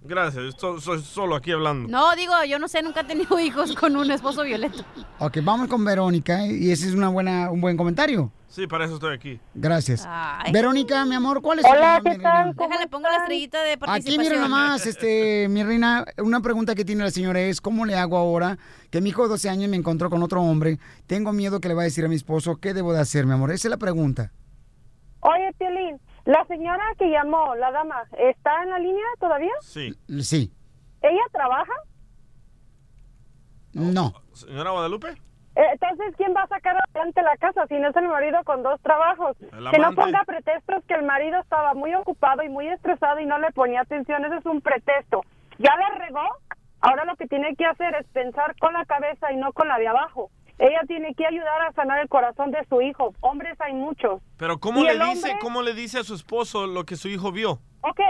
S2: Gracias, so- soy solo aquí hablando.
S6: No, digo, yo no sé, nunca he tenido [LAUGHS] hijos con un esposo violento.
S1: Ok, vamos con Verónica ¿eh? y ese es una buena, un buen comentario.
S2: Sí, para eso estoy aquí.
S1: Gracias.
S6: Ay.
S1: Verónica, mi amor, ¿cuál es
S6: Hola,
S1: tu
S6: ¿qué tal? Déjale, pongo la estrellita de
S1: Aquí
S6: participación.
S1: mira nomás, este, mi reina, una pregunta que tiene la señora es, ¿cómo le hago ahora que mi hijo de 12 años me encontró con otro hombre? Tengo miedo que le va a decir a mi esposo, ¿qué debo de hacer, mi amor? Esa es la pregunta.
S21: Oye, Piolín, la señora que llamó, la dama, ¿está en la línea todavía?
S2: Sí.
S1: Sí.
S21: ¿Ella trabaja?
S1: No.
S2: ¿Señora Guadalupe?
S21: Eh, Entonces, ¿quién va a sacar adelante la casa si no es el marido con dos trabajos?
S2: El
S21: Que no
S2: amante.
S21: ponga pretextos que el marido estaba muy ocupado y muy estresado y no le ponía atención. Ese es un pretexto. Ya la regó. Ahora lo que tiene que hacer es pensar con la cabeza y no con la de abajo. Ella tiene que ayudar a sanar el corazón de su hijo. Hombres hay muchos.
S2: Pero ¿cómo
S21: ¿Y
S2: le
S21: el
S2: dice,
S21: hombre?
S2: cómo le dice a su esposo lo que su hijo vio?
S21: Ok,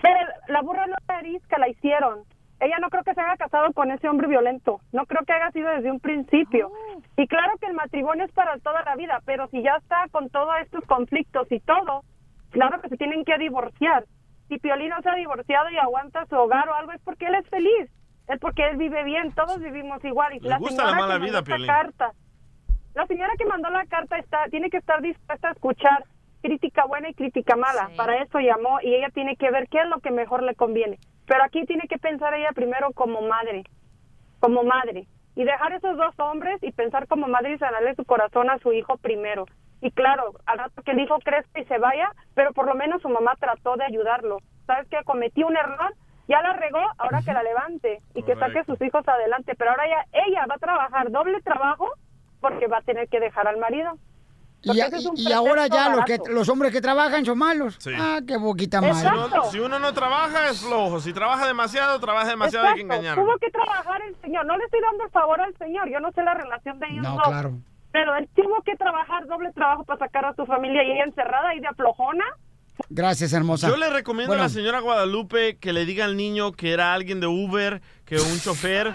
S21: pero la burra no la arisca, la hicieron. Ella no creo que se haya casado con ese hombre violento. No creo que haya sido desde un principio. Y claro que el matrimonio es para toda la vida, pero si ya está con todos estos conflictos y todo, claro que se tienen que divorciar. Si Piolín no se ha divorciado y aguanta su hogar o algo, es porque él es feliz. Es porque él vive bien, todos vivimos igual. Y
S2: Le gusta la
S21: señora
S2: mala
S21: que mandó
S2: vida,
S21: esta
S2: Piolín.
S21: carta- la señora que mandó la carta está, tiene que estar dispuesta a escuchar crítica buena y crítica mala. Para eso llamó y ella tiene que ver qué es lo que mejor le conviene. Pero aquí tiene que pensar ella primero como madre, como madre. Y dejar esos dos hombres y pensar como madre y sanarle su corazón a su hijo primero. Y claro, al rato que el hijo crezca y se vaya, pero por lo menos su mamá trató de ayudarlo. ¿Sabes que Cometí un error, ya la regó, ahora que la levante y que saque a sus hijos adelante. Pero ahora ya ella va a trabajar doble trabajo porque va a tener que dejar al marido.
S1: Y,
S21: Porque ese es un
S1: y ahora ya
S21: pretexto
S1: los, que,
S21: barato.
S1: los hombres que trabajan son malos. Ah, qué boquita
S2: Si
S1: mala.
S2: uno, si uno no trabaja, es flojo. Si trabaja demasiado, trabaja demasiado, hay que
S21: Exacto,
S2: engañarlo.
S21: Tuvo que trabajar el señor. No le estoy dando el favor al señor. Yo no sé la relación de ellos
S2: No,
S21: dos.
S2: claro.
S21: Pero él tuvo que trabajar doble trabajo para sacar a tu familia y ella encerrada y de aflojona.
S1: Gracias, hermosa.
S2: Yo le recomiendo
S1: Bueno.
S2: a la señora Guadalupe que le diga al niño que era alguien de Uber, que un chofer.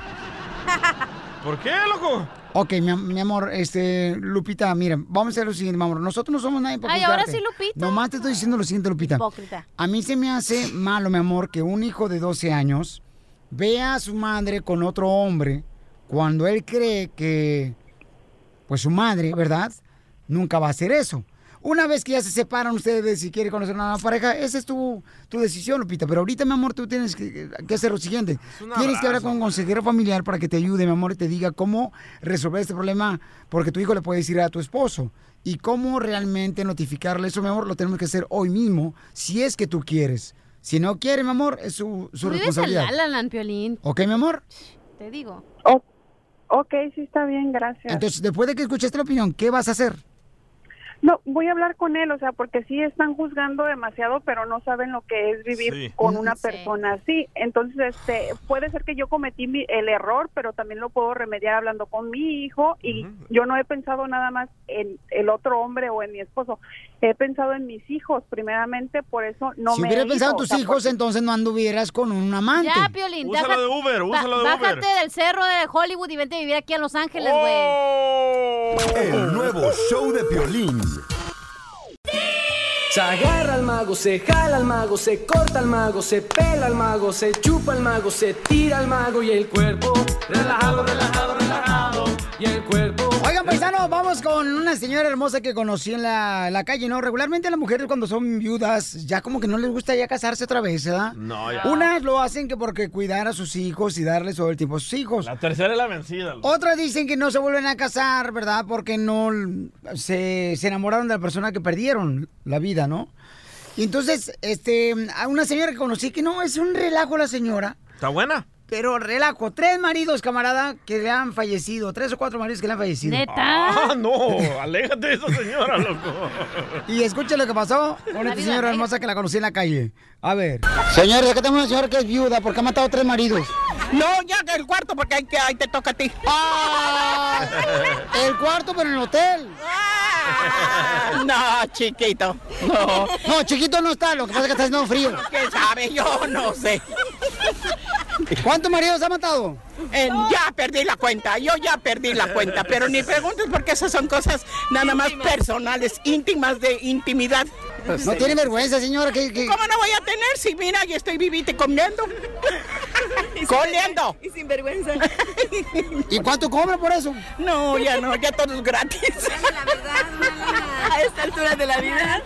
S2: ¿Por qué, loco?
S1: Ok, mi, am- mi amor, este, Lupita, mira, vamos a hacer lo siguiente, mi amor. Nosotros no somos nadie para
S6: Ay, ahora
S1: juzgarte.
S6: sí, Lupita.
S1: Nomás te estoy diciendo lo siguiente, Lupita.
S6: Hipócrita.
S1: A mí se me hace malo, mi amor, que un hijo de 12 años vea a su madre con otro hombre cuando él cree que, pues su madre, ¿verdad? Nunca va a hacer eso. Una vez que ya se separan ustedes de si quiere conocer a una nueva pareja, esa es tu, tu decisión, Lupita. Pero ahorita, mi amor, tú tienes que, que hacer lo siguiente.
S5: un
S1: Tienes que hablar
S5: abrazo.
S1: con un consejero familiar para que te ayude, mi amor, y te diga cómo resolver este problema, porque tu hijo le puede decir a tu esposo. Y cómo realmente notificarle eso, mi amor, lo tenemos que hacer hoy mismo, si es que tú quieres. Si no quiere, mi amor, es su,
S6: Tú vives
S1: su
S6: en
S1: responsabilidad.
S6: la la Land, Piolín.
S1: ¿Ok, mi amor?
S6: Te digo.
S21: Ok, sí está bien, gracias.
S1: Entonces, después de que escuchaste la opinión, ¿qué vas a hacer?
S21: No, voy a hablar con él, o sea, porque sí están juzgando demasiado, pero no saben lo que es vivir
S1: Sí.
S21: con
S1: Mm,
S21: una
S1: sí.
S21: persona así. Entonces, este, puede ser que yo cometí mi- el error, pero también lo puedo remediar hablando con mi hijo y yo no he pensado nada más en el otro hombre o en mi esposo. He pensado en mis hijos primeramente, por eso no
S1: si
S21: me he
S1: hubieras
S21: ido,
S1: pensado en
S21: o
S1: tus
S21: sea,
S1: hijos, entonces no anduvieras con un amante.
S6: Ya, Piolín.
S1: Úsalo
S6: baja-
S1: de Uber,
S6: ba-
S1: úsalo de
S6: Bájate
S1: Uber.
S6: del cerro de Hollywood y vente a vivir aquí a Los Ángeles, güey.
S4: El nuevo show de Piolín.
S5: Se agarra al mago, se jala al mago, se corta al mago, se pela al mago, se chupa al mago, se tira al mago y el cuerpo relajado, relajado, relajado y el cuerpo.
S1: Oigan, paisano, vamos con una señora hermosa que conocí en la, la calle, ¿no? Regularmente las mujeres cuando son viudas, ya como que no les gusta ya casarse otra vez, ¿verdad?
S2: No, ya.
S1: Unas lo hacen que porque cuidar a sus hijos y darles todo el tiempo a sus hijos.
S2: La tercera es la vencida. loco.
S1: Otras dicen que no se vuelven a casar, ¿verdad? Porque no se, se enamoraron de la persona que perdieron la vida, ¿no? Y entonces, este, a una señora que conocí que no, es un relajo la señora.
S2: ¿Está buena?
S1: Pero relajo, tres maridos, camarada, que le han fallecido, tres o cuatro maridos que le han fallecido.
S2: Ah, no, aléjate de esa señora, loco.
S1: Y escucha lo que pasó con esta
S2: Marido
S1: señora
S2: negro.
S1: hermosa que la conocí en la calle. A ver. Señores, acá tenemos una señora que es viuda porque ha matado tres maridos. No, ya que el Ah, cuarto porque ahí te, toca a ti. [LAUGHS] El cuarto, pero en el hotel. No, chiquito.
S22: no.
S1: No, chiquito no está, lo que pasa es que está haciendo frío.
S22: ¿Qué sabe? Yo no sé.
S1: ¿Cuántos maridos ha matado?
S22: ya perdí la cuenta, yo ya perdí la cuenta, pero ni preguntes porque esas son cosas nada más personales, íntimas de intimidad.
S1: No tiene vergüenza, señora. Que,
S22: ¿Cómo no voy a tener si mira, yo estoy vivita y [LAUGHS] comiendo? Coleando. Y sin vergüenza.
S1: ¿Y cuánto cobra por eso?
S22: No, ya no, ya todo es [LAUGHS] gratis. A esta altura de la vida.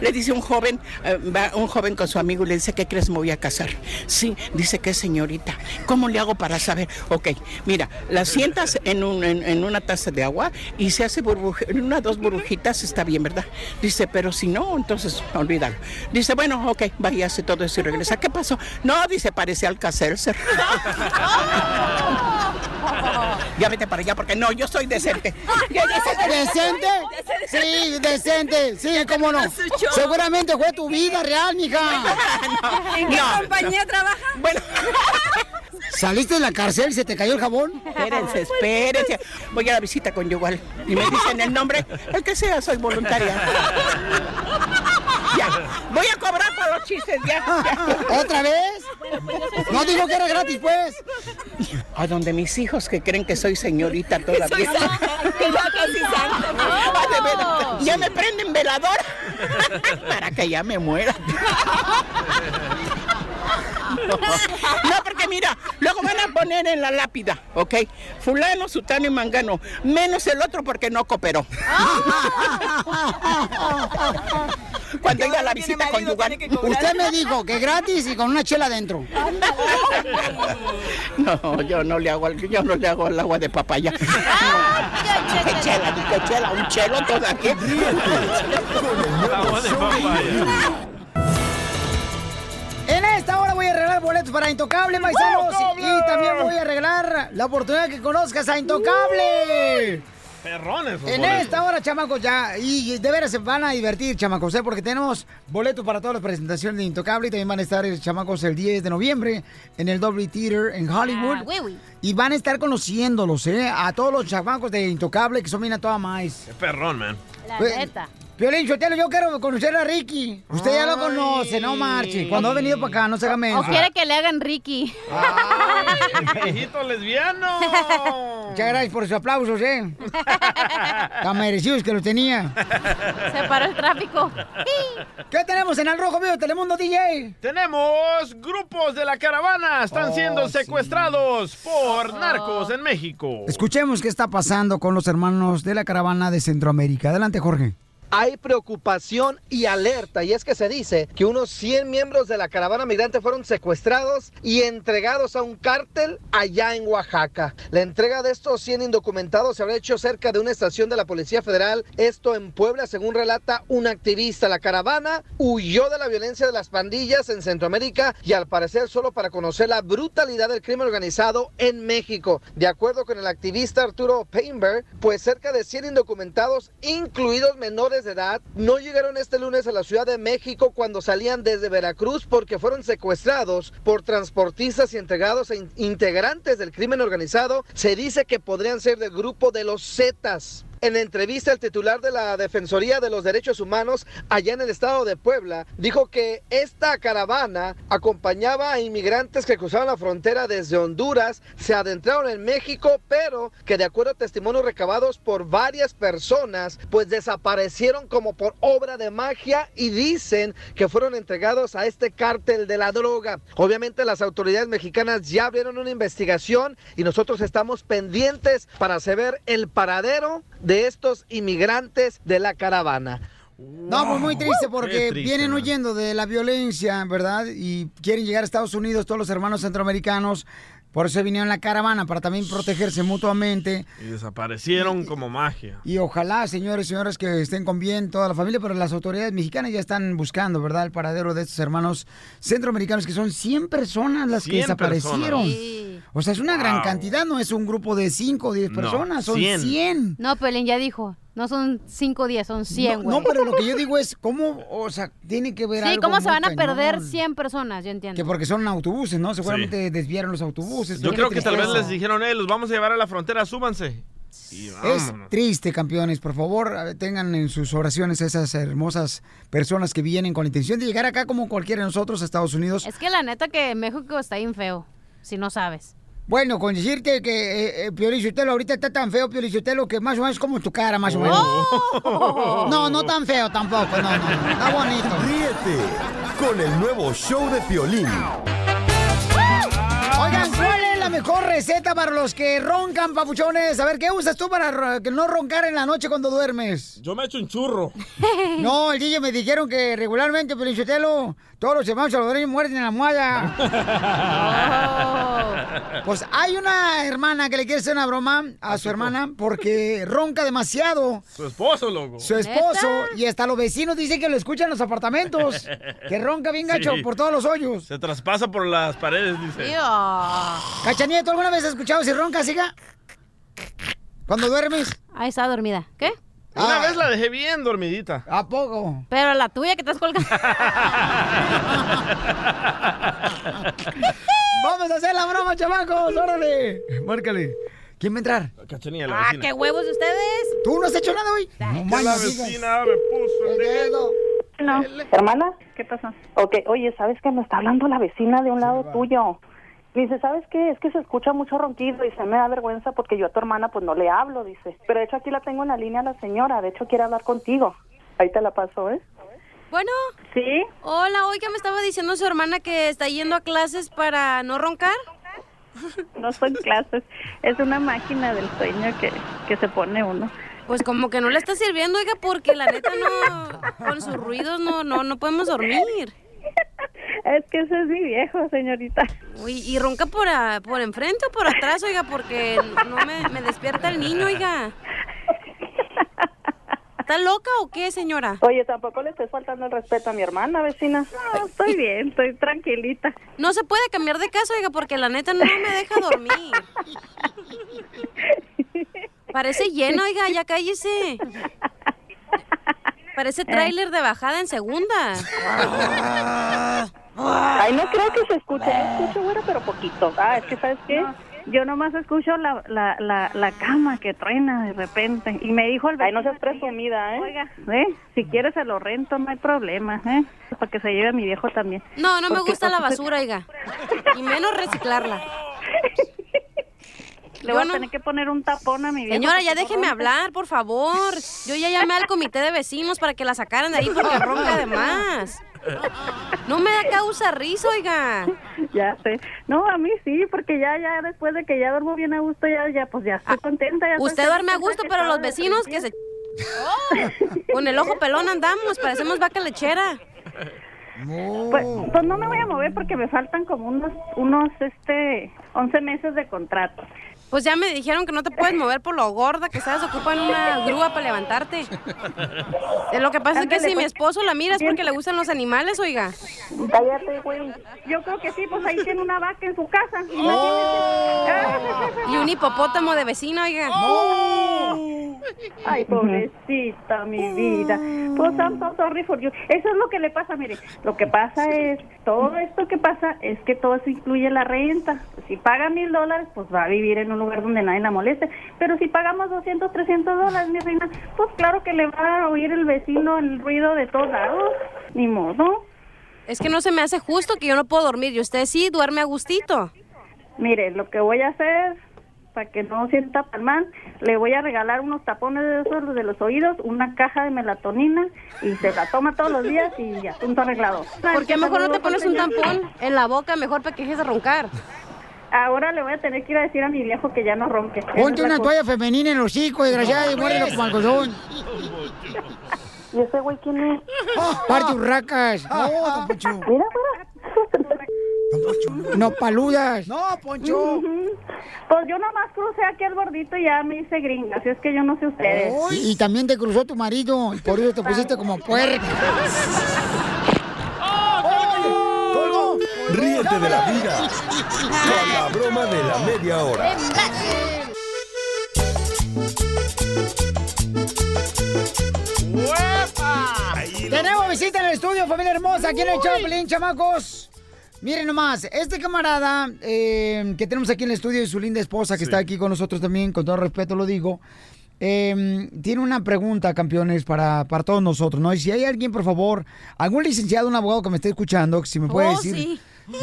S22: Le dice un joven, eh, va un joven con su amigo y le dice, ¿qué crees? Me voy a casar. Sí, dice que señorita. ¿Cómo le hago para saber? Ok, mira, la sientas en, un- en- en una taza de agua y se hace burbuja, una, dos burbujitas, está bien, ¿verdad? Dice, pero si no, entonces olvídalo. Dice, bueno, ok, vaya, hace todo eso y regresa. ¿Qué pasó? No, dice, parece al casercer. Ya vete para allá porque no, yo soy decente. Ya, ya [LAUGHS] sé que-
S1: ¿Decente? Sí, decente. Sí, cómo no. Seguramente fue tu vida real, mija.
S22: ¿En qué [LAUGHS] No. compañía
S6: trabaja?
S22: Bueno.
S1: ¿Saliste de la cárcel y se te cayó el jabón?
S22: Espérense, espérense. Voy a la visita conyugal y me dicen el nombre, el que sea, soy voluntaria. Ya, voy a cobrar por los chistes, ya. ya.
S1: ¿Otra vez? No digo que era gratis,
S22: [LAUGHS]
S1: pues.
S22: A donde mis hijos que creen que soy señorita todavía.
S5: soy
S22: Que ya casi santa. Ah, de veras. Ya me prenden veladora para que ya me muera. No, porque mira, luego van a poner en la lápida, ¿ok? Fulano, sutano y mangano, menos el otro porque no cooperó. Cuando iba a la visita conyugal.
S1: Usted me dijo que gratis y con una chela adentro.
S22: No, yo no le hago al, yo no le hago al agua de papaya. [LAUGHS] Que chela, ni que chela, un chelo todavía.
S1: En esta hora voy a arreglar boletos para Intocable, paisanos. Y también voy a arreglar la oportunidad que conozcas a Intocable.
S2: Perrones. los
S1: En
S2: boletos.
S1: esta hora, chamacos, ya. Y de veras se van a divertir, chamacos, ¿eh? porque tenemos boletos para todas las presentaciones de Intocable. Y también van a estar, eh, chamacos, el 10 de noviembre en el Dolby Theater en Hollywood.
S6: Ah, güey, güey.
S1: y van a estar conociéndolos, ¿eh? A todos los chamacos de Intocable que son bien a toda más.
S2: Qué perrón, man.
S6: La
S1: Güey.
S6: neta.
S1: Piolín, Chotelo, yo quiero conocer a Ricky. Usted ya lo conoce, no marche. Cuando ha venido para acá, no se haga
S6: O
S1: menos.
S6: quiere que le hagan Ricky.
S2: Viejito lesbiano.
S1: Muchas gracias por sus
S6: [LAUGHS]
S1: aplausos, ¿eh? Tan merecidos que los tenía.
S6: Se paró el tráfico.
S1: ¿Qué tenemos en el Rojo Vivo Telemundo DJ?
S2: Tenemos grupos de la caravana. Están
S1: Oh,
S2: siendo
S1: sí.
S2: secuestrados por narcos en México.
S1: Escuchemos qué está pasando con los hermanos de la caravana de Centroamérica. Adelante, Jorge.
S3: Hay preocupación y alerta, y es que se dice que unos 100 miembros de la caravana migrante fueron secuestrados y entregados a un cártel allá en Oaxaca. La entrega de estos 100 indocumentados se habrá hecho cerca de una estación de la Policía Federal, esto en Puebla, según relata un activista. La caravana huyó de la violencia de las pandillas en Centroamérica y al parecer solo para conocer la brutalidad del crimen organizado en México. De acuerdo con el activista Arturo Painberg, pues cerca de 100 indocumentados, incluidos menores de edad, no llegaron este lunes a la Ciudad de México cuando salían desde Veracruz porque fueron secuestrados por transportistas y entregados a in- integrantes del crimen organizado. Se dice que podrían ser del grupo de los Zetas. En entrevista, el titular de la Defensoría de los Derechos Humanos allá en el estado de Puebla dijo que esta caravana acompañaba a inmigrantes que cruzaban la frontera desde Honduras, se adentraron en México, pero que de acuerdo a testimonios recabados por varias personas, pues desaparecieron como por obra de magia y dicen que fueron entregados a este cártel de la droga. Obviamente las autoridades mexicanas ya abrieron una investigación y nosotros estamos pendientes para saber el paradero de estos inmigrantes de la caravana.
S1: No, pues muy triste porque
S3: Qué triste,
S1: vienen
S3: man.
S1: huyendo de la violencia, ¿verdad? Y quieren llegar a Estados Unidos todos los hermanos centroamericanos. Por eso vinieron en la caravana, para también protegerse mutuamente.
S2: Y desaparecieron como magia.
S1: Y ojalá, señores y señoras, que estén con bien toda la familia, pero las autoridades mexicanas ya están buscando, ¿verdad? El paradero de estos hermanos centroamericanos, que son 100 personas las que
S2: 100
S1: desaparecieron.
S2: personas.
S1: O sea, es una gran
S2: Wow.
S1: cantidad, no es un grupo de 5 o 10
S2: No,
S1: personas, [LAUGHS] son 100.
S2: 100.
S6: No, Pelín ya dijo. No son 5 o 10, son 100,
S1: no,
S6: güey.
S1: no, pero lo que yo digo es, ¿cómo, o sea, tiene que
S6: [LAUGHS]
S1: ver
S6: Sí,
S1: algo
S6: ¿cómo se
S1: muy
S6: van a perder
S1: cañón?
S6: 100 personas? Yo entiendo.
S1: Que porque son autobuses, ¿no? Seguramente desviaron los autobuses.
S2: Yo
S1: Qué
S2: creo que tal vez
S1: tristeza.
S2: les dijeron, eh, los vamos a llevar a la frontera, súbanse. Y
S1: Es
S2: vámonos.
S1: triste, campeones. Por favor, eh, tengan en sus oraciones a esas hermosas personas que vienen con la intención de llegar acá como cualquiera de nosotros a Estados Unidos.
S6: Es que la neta que México está bien feo, si no sabes.
S1: Bueno, con decirte que eh, eh, Piolichotelo ahorita está tan feo, Piolichotelo, que más o menos como tu cara, más o menos. No, no tan feo tampoco, no, no. Está bonito.
S4: Ríete con el nuevo show de Piolín.
S1: Oigan, ¿cuál es la mejor receta para los que roncan, papuchones? A ver, ¿qué usas tú para ro- que no roncar en la noche cuando duermes?
S2: Yo me echo un churro.
S1: [LAUGHS] No, el DJ me dijeron que regularmente, Pelichotelo, todos los hermanos salvadoreños muerden en la
S2: [LAUGHS]
S1: almohada. Pues hay una hermana que le quiere hacer una broma a su hermana porque ronca demasiado.
S2: Su esposo, loco.
S1: Su esposo y hasta los vecinos dicen que lo escuchan en los
S2: [LAUGHS]
S1: apartamentos. Que ronca bien gacho
S2: Sí.
S1: por todos los hoyos.
S2: Se traspasa por las paredes, dice.
S6: Ah.
S1: Cachanía, ¿tú alguna vez has escuchado si roncas, hija? ¿Cuando duermes?
S6: Ahí está dormida. ¿Qué?
S2: Una vez la dejé bien dormidita.
S1: Ah. ¿A poco?
S6: Pero la tuya que estás colgando.
S1: [LAUGHS] ¡Vamos a hacer la broma, chamacos! ¡Órale! Márcale. ¿Quién va a entrar?
S2: Cachanilla, la
S6: ah,
S2: vecina.
S6: qué huevos ustedes.
S1: ¿Tú no has hecho nada hoy? No
S2: Que la
S1: manches, hija.
S2: vecina me puso el dedo.
S16: No. ¿Hermana? ¿Qué pasa?
S7: Ok, oye, ¿sabes que me está hablando la vecina de un lado tuyo? Me dice, ¿sabes qué? Es que se escucha mucho ronquido y se me da vergüenza porque yo a tu hermana pues no le hablo, dice. Pero de hecho aquí la tengo en la línea la señora, de hecho quiere hablar contigo. Ahí te la paso, ¿eh?
S23: Bueno.
S7: Sí.
S23: Hola, oiga, me estaba diciendo su hermana que está yendo a clases para no roncar.
S7: [LAUGHS] No son clases, es una máquina del sueño que, que se pone uno.
S23: Pues como que no le está sirviendo, oiga, porque la neta no, con sus ruidos no, no, no podemos dormir.
S7: Es que ese es mi viejo, señorita.
S23: Uy, y ronca por, a- por enfrente o por atrás, oiga, porque no me, me despierta el niño, oiga. ¿Está loca o qué, señora?
S7: Oye, tampoco le estés faltando el respeto a mi hermana, vecina. No, estoy bien, estoy tranquilita.
S23: No se puede cambiar de casa, oiga, porque la neta no me deja dormir.
S6: Parece lleno, oiga, ya cállese. Parece tráiler de bajada en segunda.
S8: Ah. Ay, no creo que se escuche. Yo escucho, güero, pero poquito. Ah, es que, ¿sabes qué? Yo nomás escucho la, la, la, la cama que truena de repente. Y me dijo el vecino... Ay, no seas presumida, ¿eh? Oiga, ¿eh? Si quieres se lo rento, no hay problema, ¿eh? Para que se lleve a mi viejo también.
S6: No, no me
S8: Porque
S6: gusta la
S8: entonces-
S6: basura, oiga. Y menos reciclarla.
S8: Le
S6: Yo
S8: voy a
S6: no-
S8: tener que poner un tapón a mi viejo.
S6: Señora,
S8: porque
S6: ya
S8: no
S6: déjeme
S8: ronca.
S6: hablar, por favor. Yo ya llamé al comité de vecinos para que la sacaran de ahí
S8: [LAUGHS]
S6: porque ronca de más. No me da causa risa, oiga.
S8: Ya sé. No, a mí sí, porque ya, ya después de que ya duermo bien a gusto, ya, ya, pues ya estoy contenta. ya estoy
S6: Ah, Usted duerme a
S8: feliz,
S6: gusto,
S8: porque
S6: pero los
S8: estaba
S6: vecinos que se... Con el ojo pelón andamos, parecemos vaca lechera.
S8: Pues, pues no me voy a mover porque me faltan como unos, unos, este, 11 meses de contrato.
S6: Pues ya me dijeron que no te puedes mover por lo gorda que estás, ocupan una grúa para levantarte. Eh, Lo que pasa es que
S8: Ándale,
S6: si mi
S8: pues.
S6: esposo la mira es porque le gustan los animales, oiga.
S8: Cállate, güey. Yo creo que sí, pues ahí tiene una vaca en su casa.
S6: Oh.
S8: Ah,
S6: Y un hipopótamo de vecino, oiga.
S8: ¡Oh! Ay, pobrecita, mi vida. Pues I'm so sorry for you. Eso es lo que le pasa, mire. Lo que pasa es, todo esto que pasa es que todo eso incluye la renta. Si paga mil dólares, pues va a vivir en un lugar donde nadie la moleste. Pero si pagamos 200, 300 dólares, mi reina, pues claro que le va a oír el vecino el ruido de todos lados. Ni modo.
S6: Es que no se me hace justo que yo no puedo dormir y usted sí duerme a gustito.
S8: Mire, lo que voy a hacer para que no sienta tan mal, le voy a regalar unos tapones de esos los de los oídos, una caja de melatonina y se la toma todos los días y ya, punto arreglado.
S6: ¿Por qué mejor no te pones un tampón en la boca, mejor para que dejes de roncar?
S8: Ahora le voy a tener que ir a decir a mi viejo que ya no ronque.
S1: Ponte una toalla femenina en los hocico, desgraciada, y muérdelo como algodón.
S8: ¿Y ese güey quién es?
S1: Oh,
S8: Ah,
S1: Parte urracas. No, don Poncho. Mira, No paludas. No, Poncho.
S8: Pues yo nomás crucé aquí al bordito y ya me hice gringa, así es que yo no sé ustedes.
S6: pues.
S1: Y, y también te cruzó tu marido, y por eso te pusiste como puerca.
S4: Ríete de la vida con la broma de la media hora.
S1: Tenemos ¡Ah! visita en el estudio, familia hermosa, aquí en el Choplin, chamacos. Miren nomás, este camarada eh, que tenemos aquí en el estudio y su linda esposa que está aquí con nosotros también, con todo respeto lo digo, eh, tiene una pregunta, campeones, para, para todos nosotros, ¿no? Y si hay alguien, por favor, algún licenciado, un abogado que me esté escuchando, que si me puede
S6: Oh,
S1: decir...
S6: sí.
S1: ¿Qué?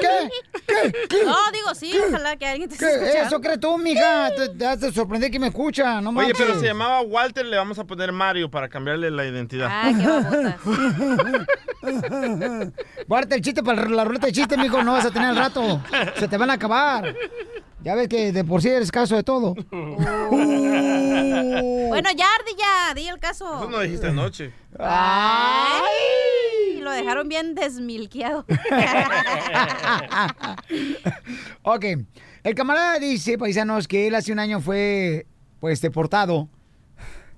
S1: ¿Qué? ¿Qué?
S6: [CLEARS THROAT] No, digo sí, ojalá que alguien te esté
S1: ¿Qué?
S6: escuchando.
S1: Eso crees tú, mija. Te, te hace sorprender que me escucha, no
S2: Oye,
S1: manches.
S2: pero se llamaba Walter, le vamos a poner Mario para cambiarle la identidad.
S1: Ah, [LAUGHS] Guarda el chiste para la ruleta de chiste, mijo, no vas a tener al rato. Se te van a acabar. Ya ves que de por sí eres caso de todo.
S6: Uh. Bueno, ya Ardi, ya, di el caso.
S2: Eso no dijiste anoche.
S6: Ay, lo dejaron bien desmilqueado.
S1: [LAUGHS] ok. El camarada dice, paisanos, que él hace un año fue, pues, deportado.
S6: [LAUGHS]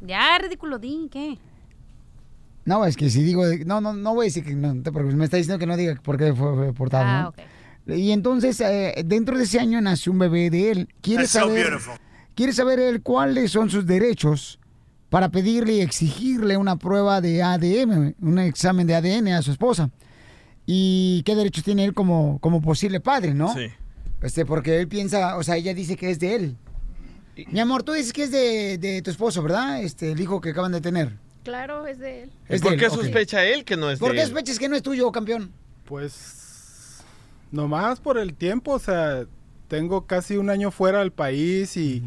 S6: ya, ridículo, di, ¿qué?
S1: No, es que si digo, no, no, no voy a decir que no, te preocupes, me está diciendo que no diga por qué fue fue deportado.
S6: Ah,
S1: ¿no? Y entonces, eh, dentro de ese año nació un bebé de él. ¿Quiere
S10: That's so
S1: saber,
S10: beautiful.
S1: quiere saber él cuáles son sus derechos para pedirle y exigirle una prueba de ADN, un examen de ADN a su esposa? ¿Y qué derechos tiene él como, como posible padre, no?
S2: Sí.
S1: Este, porque él piensa, o sea, ella dice que es de él. Mi amor, tú dices que es de, de tu esposo, ¿verdad? Este, el hijo que acaban de tener.
S24: Claro, es de él.
S2: [LAUGHS] ¿Y
S1: Es
S2: por
S1: de él,
S2: qué
S1: ok.
S2: sospecha él que no es
S1: ¿Por
S2: de
S1: qué
S2: él?
S1: sospechas que no es tuyo, campeón?
S24: Pues nomás por el tiempo, o sea, tengo casi un año fuera del país y,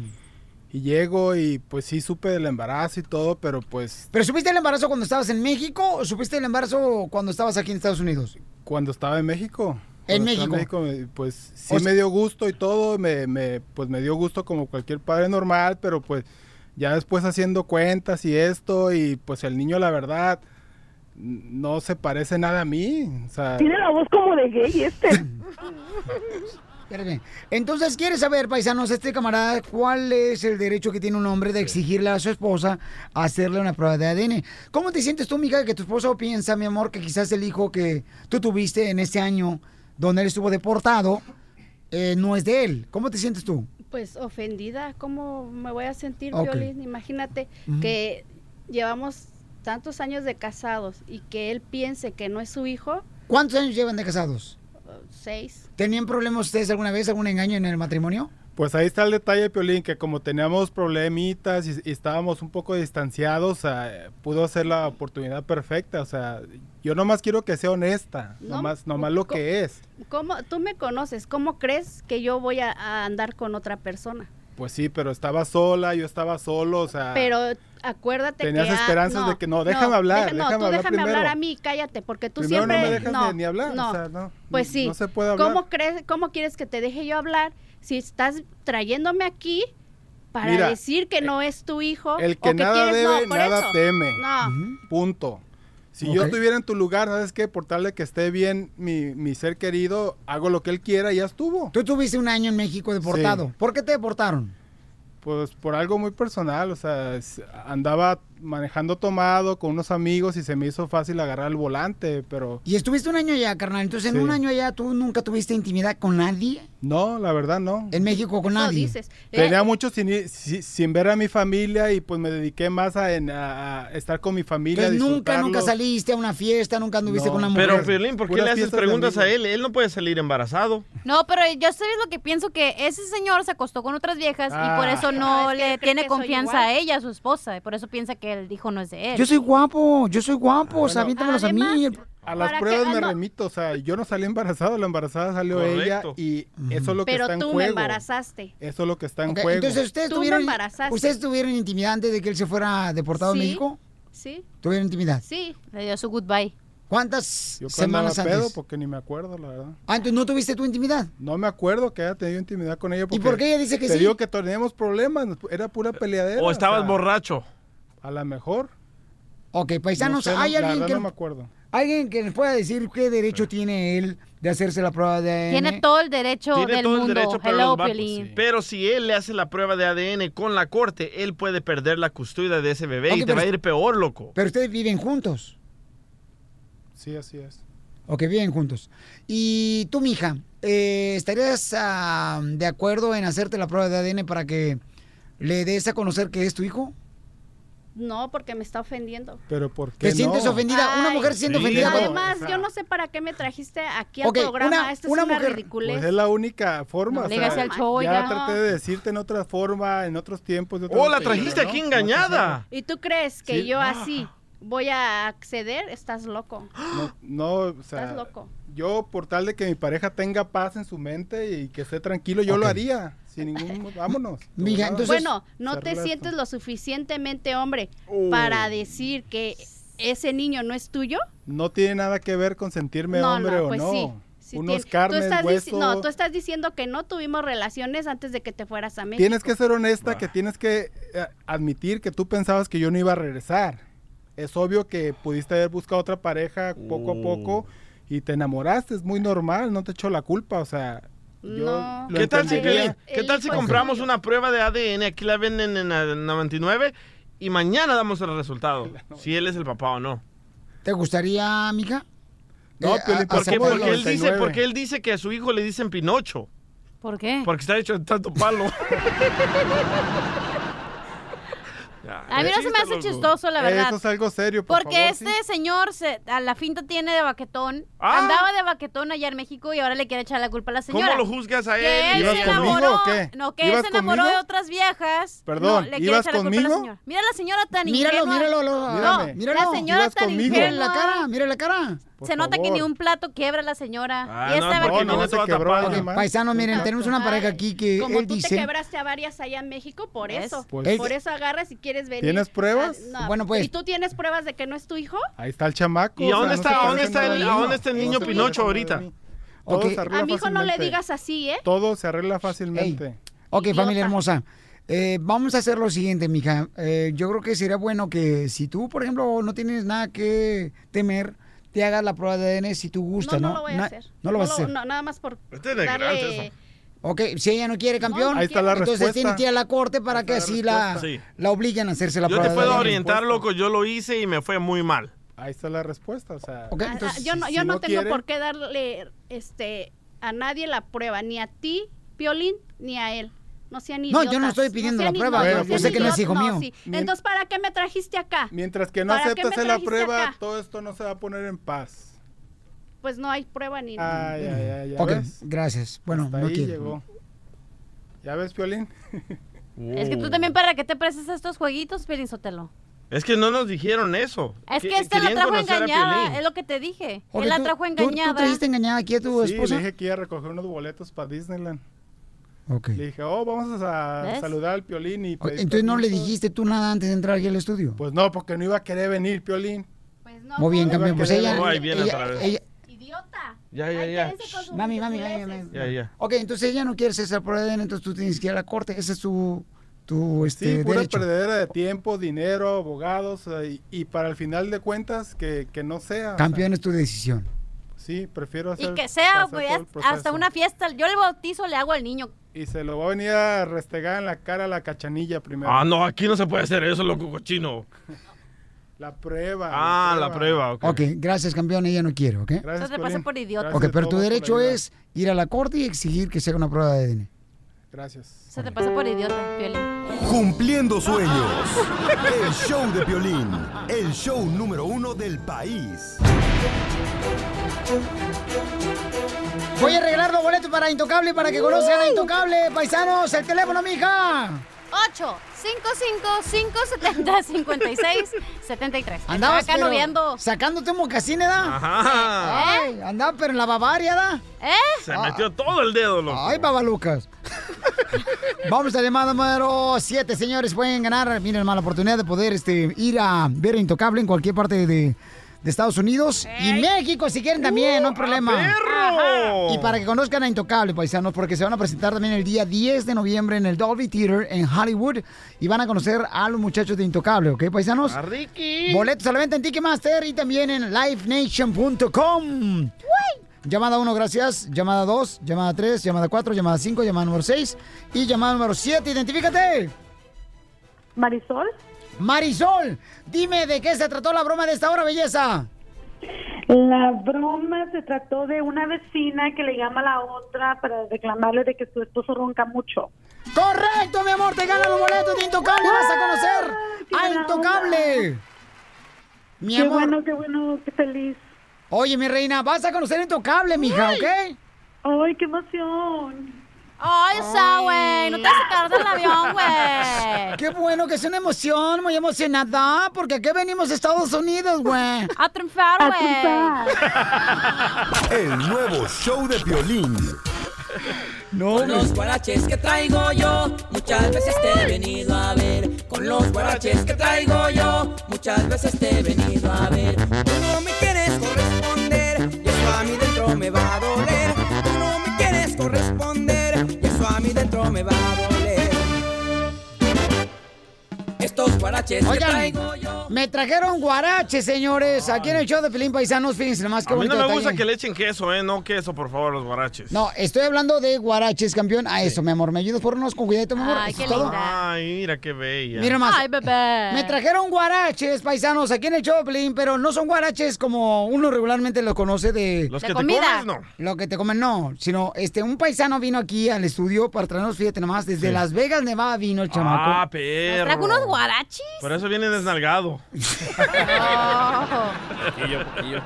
S24: y llego y pues sí supe del embarazo y todo, pero pues
S1: ¿Pero supiste el embarazo cuando estabas en México o supiste el embarazo cuando estabas aquí en Estados Unidos?
S24: cuando estaba en México.
S1: En
S24: cuando estaba
S1: México.
S24: me- pues sí
S1: O sea-
S24: me dio gusto y todo, me, me- pues me dio gusto como cualquier padre normal, pero pues ya después haciendo cuentas y esto y pues el niño la verdad n- no se parece nada a mí, o sea...
S8: Tiene la voz como de gay este.
S1: Espérame. Entonces, ¿quieres saber, paisanos, este camarada, cuál es el derecho que tiene un hombre de exigirle a su esposa hacerle una prueba de ADN? ¿Cómo te sientes tú, mica, que tu esposo piensa, mi amor, que quizás el hijo que tú tuviste en este año, donde él estuvo deportado, eh, no es de él. ¿Cómo te sientes tú?
S10: Pues ofendida, ¿cómo me voy a sentir,
S1: Ok.
S10: Piolín? Imagínate
S1: Ujú.
S10: que llevamos tantos años de casados y que él piense que no es su hijo,
S1: ¿Cuántos años llevan de casados?
S10: seis.
S1: ¿Tenían problemas ustedes alguna vez, algún engaño en el matrimonio?
S24: Pues ahí está el detalle, Piolín, que como teníamos problemitas y, y estábamos un poco distanciados, ah, pudo ser la oportunidad perfecta. O sea, yo nomás quiero que sea honesta,
S10: No,
S24: nomás, nomás lo
S10: co-
S24: que es.
S10: ¿Cómo, tú me conoces, ¿cómo crees que yo voy a, a andar con otra persona?
S24: Pues sí, pero estaba sola, yo estaba solo, o sea...
S10: Pero acuérdate
S24: Ah. Tenías
S10: que... ah,
S24: esperanzas de que- no, déjame hablar,
S10: deja- no,
S24: déjame
S10: tú
S24: hablar
S10: déjame
S24: primero.
S10: hablar a mí, cállate, porque tú
S24: Primero no
S10: siempre...
S24: me dejas ni- ni hablar, o
S10: no.
S24: sea, no,
S10: Pues
S24: no
S10: sí.
S24: se puede hablar.
S10: ¿Cómo, crees, ¿Cómo quieres que te deje yo hablar si estás trayéndome aquí para
S24: Mira, eh,
S10: decir que no es tu hijo?
S24: El
S10: o
S24: que nada
S10: quieres- no,
S24: debe,
S10: por
S24: nada
S10: eso.
S24: teme.
S10: No.
S24: Punto. Si yo
S12: Ok.
S24: estuviera en tu lugar, ¿sabes qué? Por tal de que esté bien mi, mi ser querido, hago lo que él quiera y ya estuvo.
S1: Tú tuviste un año en México deportado. ¿Por qué te deportaron?
S24: Pues por algo muy personal, o sea, es- andaba manejando tomado con unos amigos y se me hizo fácil agarrar el volante, pero...
S1: Y estuviste un año allá, carnal. Entonces, en
S24: Sí.
S1: un año allá, ¿tú nunca tuviste intimidad con nadie?
S24: No, la verdad no.
S1: ¿En México con nadie?
S6: Eh,
S24: Tenía mucho sin, ir- si- sin ver a mi familia y pues me dediqué más a, en- a- a estar con mi familia.
S1: Entonces, Pues, nunca, nunca
S24: disfrutarlos.
S1: saliste a una fiesta, nunca anduviste
S24: No.
S1: con una mujer.
S24: Pero,
S2: Pero, Piolín, ¿por qué
S24: Puras
S2: le haces
S24: fiestas de
S2: preguntas a él? Él no puede salir embarazado.
S6: No, pero yo sabes lo que pienso que ese señor se acostó con otras viejas y por
S2: Ah.
S6: eso
S10: Ah,
S6: no
S10: es que yo
S6: le
S10: creo
S6: tiene
S10: que soy
S6: confianza
S10: igual.
S6: a ella, a su esposa, y por eso piensa que el hijo no es de él.
S1: Yo soy guapo, yo soy guapo, o sea, aviéntamelos a mí.
S24: Ah, A las
S6: ¿Para qué?
S24: pruebas me
S6: Ah, no.
S24: remito, o sea, yo no salí embarazado, la embarazada salió
S10: Correcto.
S24: ella y eso es lo que
S10: Pero
S24: está en
S10: tú
S24: juego.
S10: me embarazaste.
S24: Eso es lo que está en
S1: Ok,
S24: juego.
S1: Entonces, ¿ustedes
S10: Tú me
S1: tuvieron,
S10: embarazaste.
S1: ¿ustedes tuvieron intimidad antes de que él se fuera deportado a
S10: Sí,
S1: México?
S10: Sí,
S1: ¿Tuvieron intimidad?
S10: sí.
S6: Le dio su goodbye.
S1: ¿Cuántas
S24: Yo cuando andaba
S1: semanas antes?
S24: Pues pedo porque ni me acuerdo, la verdad.
S1: Ah, entonces no tuviste tu intimidad.
S24: No me acuerdo que haya tenido intimidad con ella. Porque
S1: por qué ella dice que
S24: te
S1: sí?
S24: digo que teníamos problemas, era pura peleadera.
S2: ¿O estabas
S24: sea,
S2: borracho?
S24: A lo mejor.
S1: Ok, paisanos,
S24: sé,
S1: hay
S24: la
S1: alguien
S24: verdad
S1: que...
S24: no me acuerdo.
S1: Alguien que nos pueda decir qué derecho tiene él de hacerse la prueba de E? ADN.
S6: Tiene todo el derecho
S2: Tiene
S6: del
S2: todo
S6: mundo.
S2: el derecho, pero,
S6: Hello,
S2: los va- pues,
S6: Piolín.
S2: pero si él le hace la prueba de ADN con la corte, él puede perder la custodia de ese bebé
S1: Ok,
S2: y te
S1: pero-
S2: va a ir peor, loco.
S1: Pero ustedes viven juntos.
S24: Sí, así es.
S1: Ok, viven juntos. Y tú, mija, eh, ¿estarías ah, de acuerdo en hacerte la prueba de ADN para que le des a conocer que es tu hijo?
S10: No, porque me está ofendiendo.
S24: Pero ¿por qué
S1: ¿Te sientes
S24: no?
S1: ofendida? Una
S10: Ay,
S1: mujer se siente
S24: sí,
S1: ofendida. por-
S10: Además,
S24: o sea-
S10: yo no sé para qué me trajiste aquí
S1: Ok,
S10: al programa.
S1: una-
S10: Esto es
S1: una
S10: una,
S1: mujer-
S10: ridiculez.
S24: Pues es la única forma.
S10: No
S24: o
S10: le
S24: sea,
S10: hagas al show,
S24: ya
S10: oiga.
S24: traté de decirte en otra forma, en otros tiempos. de otra
S2: Oh, la
S24: manera,
S2: trajiste
S24: ¿no?
S2: aquí
S24: No,
S2: engañada.
S10: ¿Y tú crees que
S24: Sí.
S10: yo
S24: Ah.
S10: así voy a acceder? Estás loco.
S24: No, no, o sea,
S10: Estás loco.
S24: yo por tal de que mi pareja tenga paz en su mente y que esté tranquilo, yo lo
S1: Ok.
S24: haría. Sin ningún... Vámonos.
S1: [LAUGHS] Mija,
S24: Vámonos.
S10: bueno, no
S24: Se
S10: te
S24: arregla
S10: sientes
S24: esto.
S10: lo suficientemente hombre para decir que ese niño no es tuyo.
S24: No tiene nada que ver con sentirme
S10: no,
S24: hombre
S10: no,
S24: o
S10: pues
S24: no.
S10: sí. sí
S24: Unos
S10: tiene. Tú
S24: carnes,
S10: estás dici-
S24: hueso.
S10: No, tú estás diciendo que no tuvimos relaciones antes de que te fueras a México.
S24: Tienes que ser honesta,
S2: Ah.
S24: que tienes que eh, admitir que tú pensabas que yo no iba a regresar. Es obvio que pudiste haber buscado otra pareja poco a
S2: Uh.
S24: poco y te enamoraste, es muy normal, no te echo la culpa, o sea, yo
S10: No.
S24: lo
S2: ¿Qué tal, si,
S24: entendería.
S2: Piolín, ¿qué tal si compramos una prueba de ADN? Aquí la venden en eh, 99 y mañana damos el resultado. Si él es el papá o no.
S1: ¿Te gustaría, mija?
S24: No,
S1: Eh,
S24: Piolín,
S1: a-
S24: ¿por
S2: Porque,
S1: hacer-
S24: Hacemos
S2: porque él dice,
S24: 99.
S2: porque él dice que a su hijo le dicen Pinocho.
S6: ¿Por qué?
S2: Porque está hecho de tanto palo.
S6: A
S2: Pues
S6: mí no se me hace chistoso, la verdad.
S24: Eso es algo serio, por
S6: Porque
S24: favor, sí.
S6: este señor se, a la finta tiene de baquetón.
S24: Ah.
S6: Andaba de baquetón allá en México y ahora le quiere echar la culpa a la señora.
S24: lo juzgas a
S6: Que
S24: él?
S6: él
S24: ¿Ibas
S6: se
S24: conmigo
S6: enamoró,
S24: o qué?
S6: No, que él
S24: ¿Ibas
S6: se enamoró
S24: conmigo?
S6: de otras viejas.
S24: Perdón,
S6: no, le quiere
S24: ¿ibas
S6: echar la culpa a la
S24: conmigo?
S6: señora. Mira la señora tan
S1: Míralo,
S6: ingenua.
S1: míralo, lo-
S6: No,
S1: mírame. míralo.
S6: la señora
S1: ¿Ibas
S6: tan
S1: conmigo?
S6: ingenua.
S1: Mira la cara, mira la cara.
S6: Se nota que ni un plato quiebra la señora. y esta va-
S24: porque no, no se se quebró quebró,
S1: Ok,
S24: más.
S1: Paisanos, miren,
S24: Exacto.
S1: tenemos una pareja aquí que
S10: Como
S1: él
S10: tú
S1: dice...
S10: te quebraste a varias allá en México, por eso.
S1: Pues Él-
S10: por eso agarras y quieres venir.
S24: ¿Tienes pruebas?
S10: Ah, no.
S24: Bueno, pues.
S10: ¿Y tú tienes pruebas de que no es tu hijo?
S24: Ahí está el chamaco.
S2: ¿Y a
S24: o
S2: dónde
S24: sea,
S2: está,
S24: no se
S2: a dónde
S24: parece
S2: está
S24: nada
S2: el,
S24: de
S2: a
S24: mí.
S2: dónde está el
S24: No
S2: niño
S24: se
S2: Pinocho
S24: parece
S2: ahorita?
S24: nada de mí. Todo se arregla
S10: A mi hijo no le
S24: fácilmente.
S10: digas así, ¿eh?
S24: Todo se arregla fácilmente.
S1: Ok, familia hermosa. eh, vamos a hacer lo siguiente, mija. Eh, yo creo que sería bueno que si tú, por ejemplo, no tienes nada que temer, te hagas la prueba de ADN si tú
S10: No,
S1: gusta,
S10: no,
S1: ¿no?
S10: lo voy a
S1: Na-
S10: hacer.
S1: No lo vas a hacer.
S10: no, nada más por
S2: es
S10: darle...
S2: negrante eso.
S1: Ok, si ella no quiere, campeón,
S2: Ahí está la
S1: entonces
S2: respuesta.
S1: tiene que ir a la corte para que así la,
S2: respuesta.
S1: la obliguen a hacerse [LAUGHS] la
S2: Yo
S1: prueba
S2: te puedo
S1: de ADN.
S2: orientar, loco. Yo lo hice y me fue muy mal.
S24: Ahí está la respuesta, o sea.
S10: Ah, ah, yo no, yo no, tengo por qué darle este a nadie la prueba, ni a ti, Piolín, ni a él. No sean
S1: No,
S10: idiotas.
S1: yo no estoy pidiendo
S10: sean
S1: la prueba,
S10: idiotas,
S1: yo- yo
S10: sean
S1: sé que no es
S10: idiotas,
S1: hijo mío.
S10: sí. Entonces, ¿para qué me trajiste acá?
S24: Mientras que no
S10: ¿Para qué me
S24: aceptes la
S10: trajiste
S24: prueba,
S10: acá?
S24: todo esto no se va a poner en paz.
S10: Pues no hay prueba ni
S1: Ah,
S10: nada.
S24: Ay,
S10: [LAUGHS]
S24: ay, ay, ya
S1: ok,
S24: ves.
S1: gracias. Bueno,
S24: Hasta
S1: no
S24: ahí
S1: quiero.
S24: llegó. ¿Ya ves, Piolín?
S6: Es que tú también, ¿para qué te prestas a estos jueguitos, Piolín Sotelo?
S2: Es que no nos dijeron eso.
S6: Es que
S2: Que-
S6: este la
S2: querían
S6: trajo
S2: conocer a Piolín.
S6: engañada, es lo que te dije.
S24: Ok,
S6: Él la
S24: tú-
S6: trajo
S24: tú- tú
S6: engañada.
S24: trajiste
S1: engañada aquí a tu
S24: sí,
S1: esposa?
S24: le dije que iba a recoger unos boletos para Disneyland.
S1: Ok.
S24: Le dije, oh, vamos a
S1: ¿Ves?
S24: saludar al Piolín y pedir
S1: Entonces no le
S24: Pues, permiso.
S1: dijiste tú nada antes de entrar aquí al estudio.
S24: Pues no, porque no iba a querer venir, Piolín. Pues no.
S1: Muy bien,
S24: iba a
S1: campeón. Pues
S24: querer
S1: ella.
S24: venir.
S1: ella- ella-
S2: Ya, ya, ya.
S1: Mami, mami, mami, mami.
S2: Ya, ya.
S1: Ok, entonces ella no quiere ser esa prueba de ADN, entonces tú tienes que ir a la corte. Ese es tu, tu este,
S24: Sí, pura
S1: derecho.
S24: perdedera de tiempo, dinero, abogados eh, y, y para el final de cuentas que, que no sea. o sea,
S1: Campeón es tu decisión.
S24: sí, prefiero hacer.
S6: Y que sea,
S24: pasar
S6: güey,
S24: todo el
S6: hasta- hasta
S24: proceso.
S6: una fiesta. Yo el bautizo le hago al niño.
S24: Y se lo va a venir a restegar en la cara a la cachanilla primero.
S2: Ah, no, aquí no se puede hacer eso, loco cochino.
S24: La prueba.
S2: Ah, la prueba, ok.
S1: Ok, gracias, campeón. Ella no quiere, ¿ok?
S6: Entonces te pasan por idiota.
S1: ok, pero tu derecho es ir a la corte y exigir que se haga una prueba de ADN.
S24: Gracias.
S6: Se te pasa por idiota, Piolín.
S4: Cumpliendo sueños. El show de violín. El show número uno del país.
S1: Voy a regalar los boletos para Intocable para que conozcan a Intocable, paisanos. El teléfono, mija.
S6: 8 55 [LAUGHS] 570 56 73.
S1: Andabas
S6: acá
S1: pero,
S6: noviando.
S1: sacándote un mocasín, ¿eh, da?
S2: Ajá.
S1: Ay, andaba pero en la Bavaria, ¿da?
S6: ¿Eh?
S2: Se metió todo el dedo, loco. [LAUGHS]
S1: Ay, babalucas. Vamos a llamada número 7, señores. Pueden ganar, miren, hermano, la oportunidad de poder este, ir a ver a Intocable en cualquier parte de, de Estados Unidos. Y México, si quieren también, no hay problema.
S2: Uh, perro!
S1: Y para que conozcan a Intocable, paisanos, porque se van a presentar también el día 10 de noviembre en el Dolby Theater en Hollywood. Y van a conocer a los muchachos de Intocable, ¿ok, paisanos?
S3: Ah,
S2: ¡A Ricky!
S1: Boletos a la venta en Ticketmaster y también en livenation.com. Llamada 1, gracias. Llamada 2, llamada 3, llamada 4, llamada 5, llamada número 6 y llamada número 7. Identifícate.
S9: Marisol.
S1: Marisol, dime de qué se trató la broma de esta hora, belleza.
S9: La broma se trató de una vecina que le llama a la otra para reclamarle de que su esposo ronca mucho.
S1: Correcto, mi amor, te ganas los boletos de Intocable. Vas a conocer a Intocable. Mi
S9: qué
S1: amor.
S9: bueno, qué bueno, qué feliz.
S1: Oye, mi reina, vas a conocer a Intocable, mija, ¿ok?
S9: Ay, qué emoción.
S6: Ay, esa, güey. No te hace caer del avión, güey.
S1: Ah, [LAUGHS] Qué bueno que es una emoción, muy emocionada, porque aquí venimos a Estados Unidos, güey.
S6: A triunfar, güey.
S4: El nuevo show de violín.
S1: No,
S12: los guaraches que traigo yo, muchas veces te he venido a ver. Con los guaraches que traigo yo, muchas veces te he venido a ver. Tú no me quieres corresponder, y eso a mí dentro me va a doler. Tú no me quieres corresponder, y eso a mí dentro me va a doler. Estos guaraches que
S1: Oigan,
S12: traigo
S1: me trajeron guaraches, señores, aquí en el show de Pelín Paisanos. Fíjense nomás qué
S2: A mí
S1: bonito
S2: no me
S1: detalle.
S2: gusta que le echen queso, ¿eh? No queso, por favor, los guaraches.
S1: No, estoy hablando de guaraches, campeón. A eso, mi amor, me ayudas por unos con cuidadito, mi amor.
S6: Ay,
S1: ¿Eso
S6: qué
S1: es todo?
S2: Ay, mira qué bella.
S1: Mira más.
S6: Ay, bebé.
S1: Me trajeron guaraches, paisanos, aquí en el show de Pelín, pero no son guaraches como uno regularmente lo conoce de...
S2: Los De que te comida. comes, no.
S1: Lo que te comen, no. Sino, este, un paisano vino aquí al estudio para traernos, fíjate nomás, desde
S2: Sí.
S1: Las Vegas, Nevada vino el chamaco.
S2: Ah, perro.
S6: Trajo unos guarachis.
S2: Por eso viene desnalgado. poquillo,
S1: [LAUGHS]
S2: poquillo.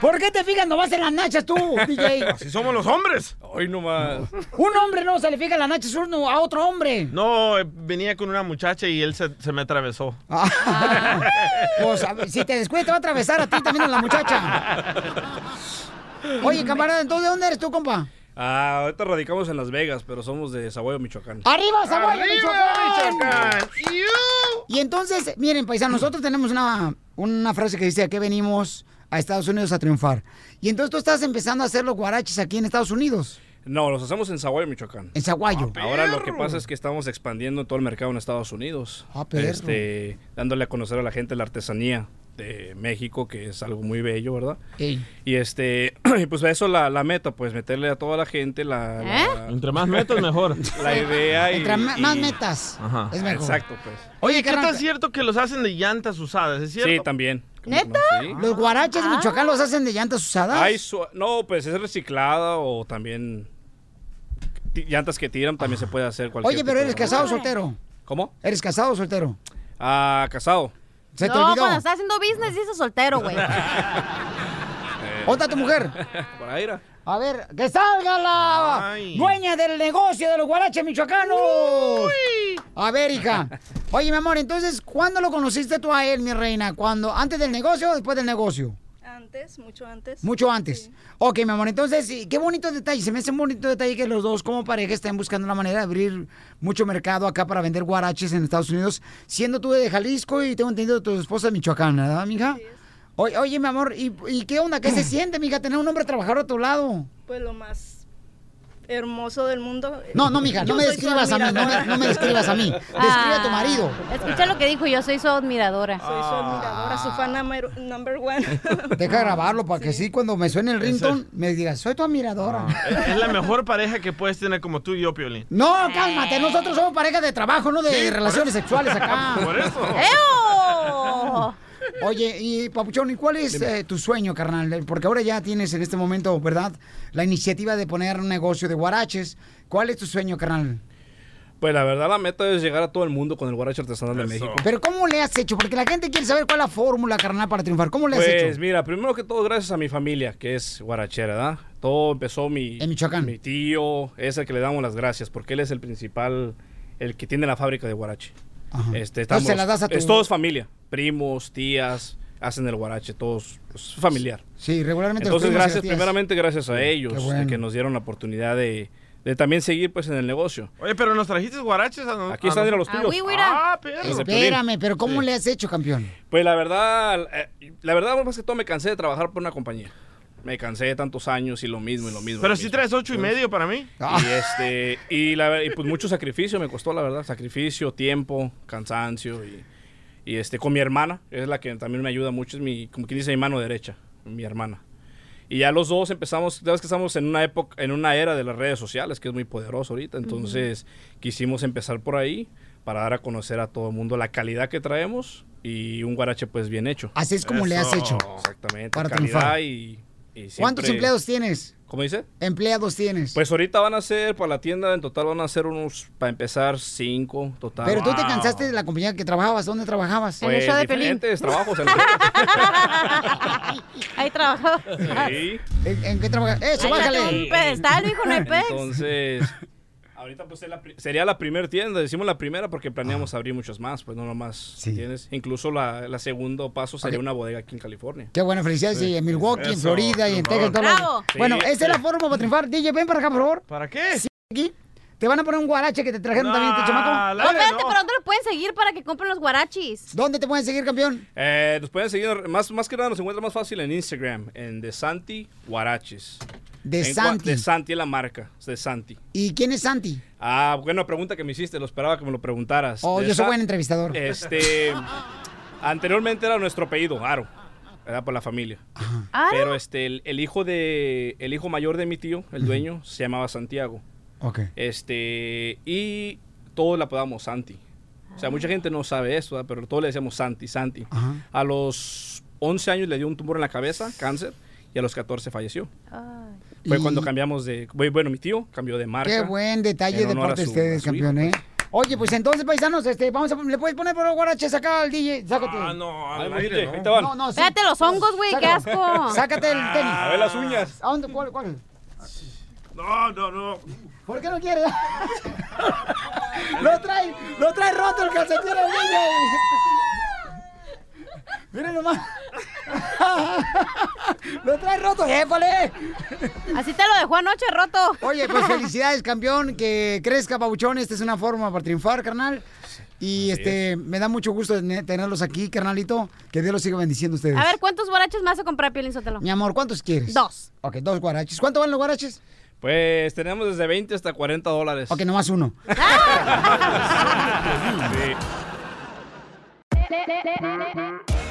S1: ¿Por qué te fijas nomás en las nachas
S2: [LAUGHS]
S1: tú, DJ?
S2: Así somos los hombres. Hoy nomás.
S1: Un hombre no se le fija en las nachas uno a otro hombre.
S2: No, eh, venía con una muchacha y él se, se me atravesó.
S1: Ah. Pues, a ver, si te descuidas te va a atravesar a ti también a la muchacha. Oye, camarada, entonces, ¿de dónde eres tú, compa?
S25: [LAUGHS] Ah, ahorita radicamos en Las Vegas, pero somos de Saboya, Michoacán.
S1: ¡Arriba, Zaguayo,
S2: ¡Arriba,
S1: Michoacán! Y entonces, miren,
S25: Mm.
S1: paisano, nosotros tenemos una, una frase que dice, ¿a qué venimos a Estados Unidos a triunfar? Y entonces tú estás empezando a hacer los guaraches aquí en Estados Unidos,
S25: No, los hacemos en Saboya, Michoacán.
S1: en Zaguayo.
S25: Ahora lo que pasa es que estamos expandiendo todo el mercado en Estados Unidos.
S1: Ah, perro.
S25: Este, dándole a conocer a la gente la artesanía de México, que es algo muy bello, ¿verdad?
S1: Ey.
S25: Y este, [CLEARS THROAT] y pues eso la, la meta, pues meterle a toda la gente la... Entre
S2: más metas, mejor.
S25: la idea y...
S1: ¿Eh? Entre ma-
S25: y-
S1: más metas, es mejor.
S25: Exacto, pues.
S1: Oye,
S2: ¿qué
S1: carnal,
S2: tan cierto que los hacen de llantas usadas? ¿Es cierto?
S25: Sí, también. ¿Neta?
S1: Los guaraches de Michoacán los hacen de llantas usadas.
S25: Ay, su- no, pues es reciclada o también ti- llantas que tiran también se puede hacer cualquier
S1: Oye, pero
S25: tipo
S1: eres
S25: de-
S1: casado o soltero.
S25: ¿Cómo?
S1: ¿Eres casado o soltero?
S25: Ah, casado.
S1: Se te
S6: no, pues.
S1: olvidó.
S6: cuando estás haciendo business dices soltero,
S1: [LAUGHS]
S6: güey.
S1: ¿Otra tu mujer?
S25: [LAUGHS] Por ahí era.
S1: A ver, que salga la dueña del negocio de los guaraches michoacanos. A ver, hija. Oye, mi amor, entonces, ¿cuándo lo conociste tú a él, mi reina? ¿Cuándo? ¿Antes del negocio o después del negocio?
S10: Antes, mucho antes.
S1: Mucho antes. Ok, mi amor, entonces, sí, qué bonito detalle. Se me hace un bonito detalle que los dos como pareja estén buscando la manera de abrir mucho mercado acá para vender guaraches en Estados Unidos, siendo tú de Jalisco y tengo entendido tu esposa de Michoacán, ¿verdad, mija? Oye, oye, mi amor, ¿y, y qué onda? ¿Qué se siente, mija, tener un hombre trabajador a tu lado?
S14: Pues lo más hermoso del mundo.
S1: No, no, mija, no
S14: Yo
S1: me
S14: soy su
S1: describas a mí, no me,
S14: admiradora.
S1: no me describas a mí. Describe a tu marido.
S6: Ah, Escucha lo que dijo, yo soy su admiradora. Ah.
S14: Soy su admiradora, su fan numero- number one.
S1: Deja grabarlo para que sí, cuando me suene el ringtone, me digas, soy tu admiradora.
S2: Es, es la mejor pareja que puedes tener como tú y yo, Piolín.
S1: [LAUGHS] No, cálmate, nosotros somos pareja de trabajo, no de relaciones sexuales acá.
S2: [LAUGHS] Por eso.
S1: Oye, y Papuchón, ¿y cuál es eh, tu sueño, carnal? Porque ahora ya tienes en este momento, ¿verdad? La iniciativa de poner un negocio de guaraches. ¿Cuál es tu sueño, carnal?
S25: Pues la verdad la meta es llegar a todo el mundo con el guarache artesanal de
S2: Oh.
S25: México.
S1: Pero ¿cómo le has hecho? Porque la gente quiere saber cuál es la fórmula, carnal, para triunfar. ¿Cómo le has
S25: Pues
S1: hecho?
S25: mira, primero que todo gracias a mi familia, que es guarachera, ¿verdad? Todo empezó mi, mi tío, es el que le damos las gracias, porque él es el principal, el que tiene la fábrica de guarache. Este,
S1: Entonces, se las das a tu-
S25: Es todos familia, primos, tías, hacen el guarache, todos, pues, es familiar.
S1: Sí, regularmente los
S25: Entonces
S1: primos y las
S25: gracias,
S1: tías.
S25: primeramente gracias a ellos,
S1: Qué
S25: de
S1: bueno.
S25: que nos dieron la oportunidad de, de también seguir pues en el negocio.
S2: Oye, pero nos trajiste guaraches a
S25: Aquí están, mira, los tuyos.
S2: Ah,
S25: Los de Piolín.
S1: Espérame, pero ¿cómo
S25: Sí.
S1: le has hecho, campeón?
S25: Pues la verdad, eh, la verdad más que todo me cansé de trabajar por una compañía. Me cansé de tantos años y lo mismo y lo mismo.
S2: Pero
S25: lo
S2: sí
S25: mismo.
S2: traes ocho y
S25: Entonces,
S2: medio para mí. Ah.
S25: Y este, y la ver- y pues mucho sacrificio me costó, la verdad. Sacrificio, tiempo, cansancio y, y, este, con mi hermana, es la que también me ayuda mucho, es mi, como quien dice, mi mano derecha, mi hermana. Y ya los dos empezamos, sabes que estamos en una época, en una era de las redes sociales que es muy poderoso ahorita, entonces quisimos empezar por ahí para dar a conocer a todo el mundo la calidad que traemos y un guarache pues bien hecho.
S1: Así es como le has hecho.
S25: Exactamente,
S1: Para
S25: calidad
S1: triunfar.
S25: y, y
S1: ¿Cuántos
S25: siempre-
S1: empleados tienes?
S25: ¿Cómo dice?
S1: Empleados tienes.
S25: Pues ahorita van a ser, para la tienda en total van a ser unos, para empezar, cinco total.
S1: Pero tú te cansaste de la compañía que trabajabas. ¿Dónde trabajabas?
S25: Pues, diferentes trabajos. en el-
S6: Ahí
S14: [LAUGHS]
S6: trabajó.
S1: [LAUGHS]
S25: Sí.
S1: ¿En, en qué trabajas? ¡Eso,
S6: Ahí tengo
S1: bájale!
S6: Un pedestal, hijo, no hay pez.
S25: Entonces, ahorita pues es la pri- sería la primera tienda. Decimos la primera porque planeamos abrir muchas más, pues no nomás, ¿entiendes? Incluso la, la segundo paso sería
S1: Ok.
S25: una bodega aquí en California.
S1: Qué buena felicidades y en Milwaukee, en
S25: Eso,
S1: Florida y en
S25: por
S1: Texas.
S25: favor.
S1: todos los-
S25: Bravo. Sí,
S1: Bueno, esa es la
S25: sí.
S1: forma para triunfar. DJ, ven para acá, por favor.
S2: ¿Para qué?
S1: aquí. Te van a poner un guarache que te trajeron
S25: No,
S1: también este chamaco.
S25: Lale,
S6: Espérate, pero ¿dónde lo pueden seguir para que compren los guarachis?
S1: ¿Dónde te pueden
S6: [LAUGHS]
S1: seguir, campeón?
S25: Eh, nos pueden seguir, más, más que nada nos encuentra más fácil en Instagram, en De Santi Guaraches.
S1: De
S25: En Gua-
S1: Santi.
S25: De Santi es la marca, De Santi.
S1: ¿Y quién es Santi?
S25: Ah, buena pregunta que me hiciste, lo esperaba que me lo preguntaras.
S1: Oh,
S25: De
S1: yo soy
S25: Sa-
S1: buen entrevistador.
S25: Este, anteriormente era nuestro apellido, Aro, era por la familia.
S1: ¿Aro?
S25: Pero este, el, el hijo de, el hijo mayor de mi tío, el dueño, se llamaba Santiago.
S1: Ok.
S25: Este, y todos le apodamos Santi. O sea, mucha gente no sabe esto, ¿verdad? pero todos le decíamos Santi, Santi. A los 11 años le dio un tumor en la cabeza, cáncer, y a los 14 falleció. Fue
S1: Y-
S25: cuando cambiamos de, bueno, mi tío cambió de marca.
S1: Qué buen detalle
S25: en
S1: de
S25: honor a
S1: parte de
S25: su-
S1: ustedes,
S25: a su hijo.
S1: campeón, ¿eh? Oye, pues entonces, paisanos, este, vamos a, ¿le puedes poner por los guaraches acá al DJ? Sácate. Ah,
S2: no,
S25: al aire, ahí te van.
S1: No, no, sí.
S6: Espérate, los hongos, güey, qué
S1: Sácalo.
S6: asco.
S1: Sácate el tenis.
S25: A ver las uñas.
S1: ¿A dónde? ¿Cuál? cuál?
S2: No, no, no.
S1: ¿Por qué no quiere? [LAUGHS] lo trae, lo trae roto el calcetín al niño.
S10: [LAUGHS]
S1: Miren nomás. [LAUGHS] lo trae roto, jefale.
S6: Así te lo dejó anoche roto.
S1: Oye, pues felicidades, campeón. Que crezca, Pabuchón. Esta es una forma para triunfar, carnal. Y este, me da mucho gusto ne- tenerlos aquí, carnalito. Que Dios los siga bendiciendo a ustedes.
S6: A ver, ¿cuántos guaraches me hace comprar, Piolín Sotelo?
S1: Mi amor, ¿cuántos quieres?
S6: Dos.
S1: Ok, dos guaraches. ¿Cuánto valen los guaraches?
S25: Pues tenemos desde 20 hasta 40 dólares.
S1: Ok, nomás uno.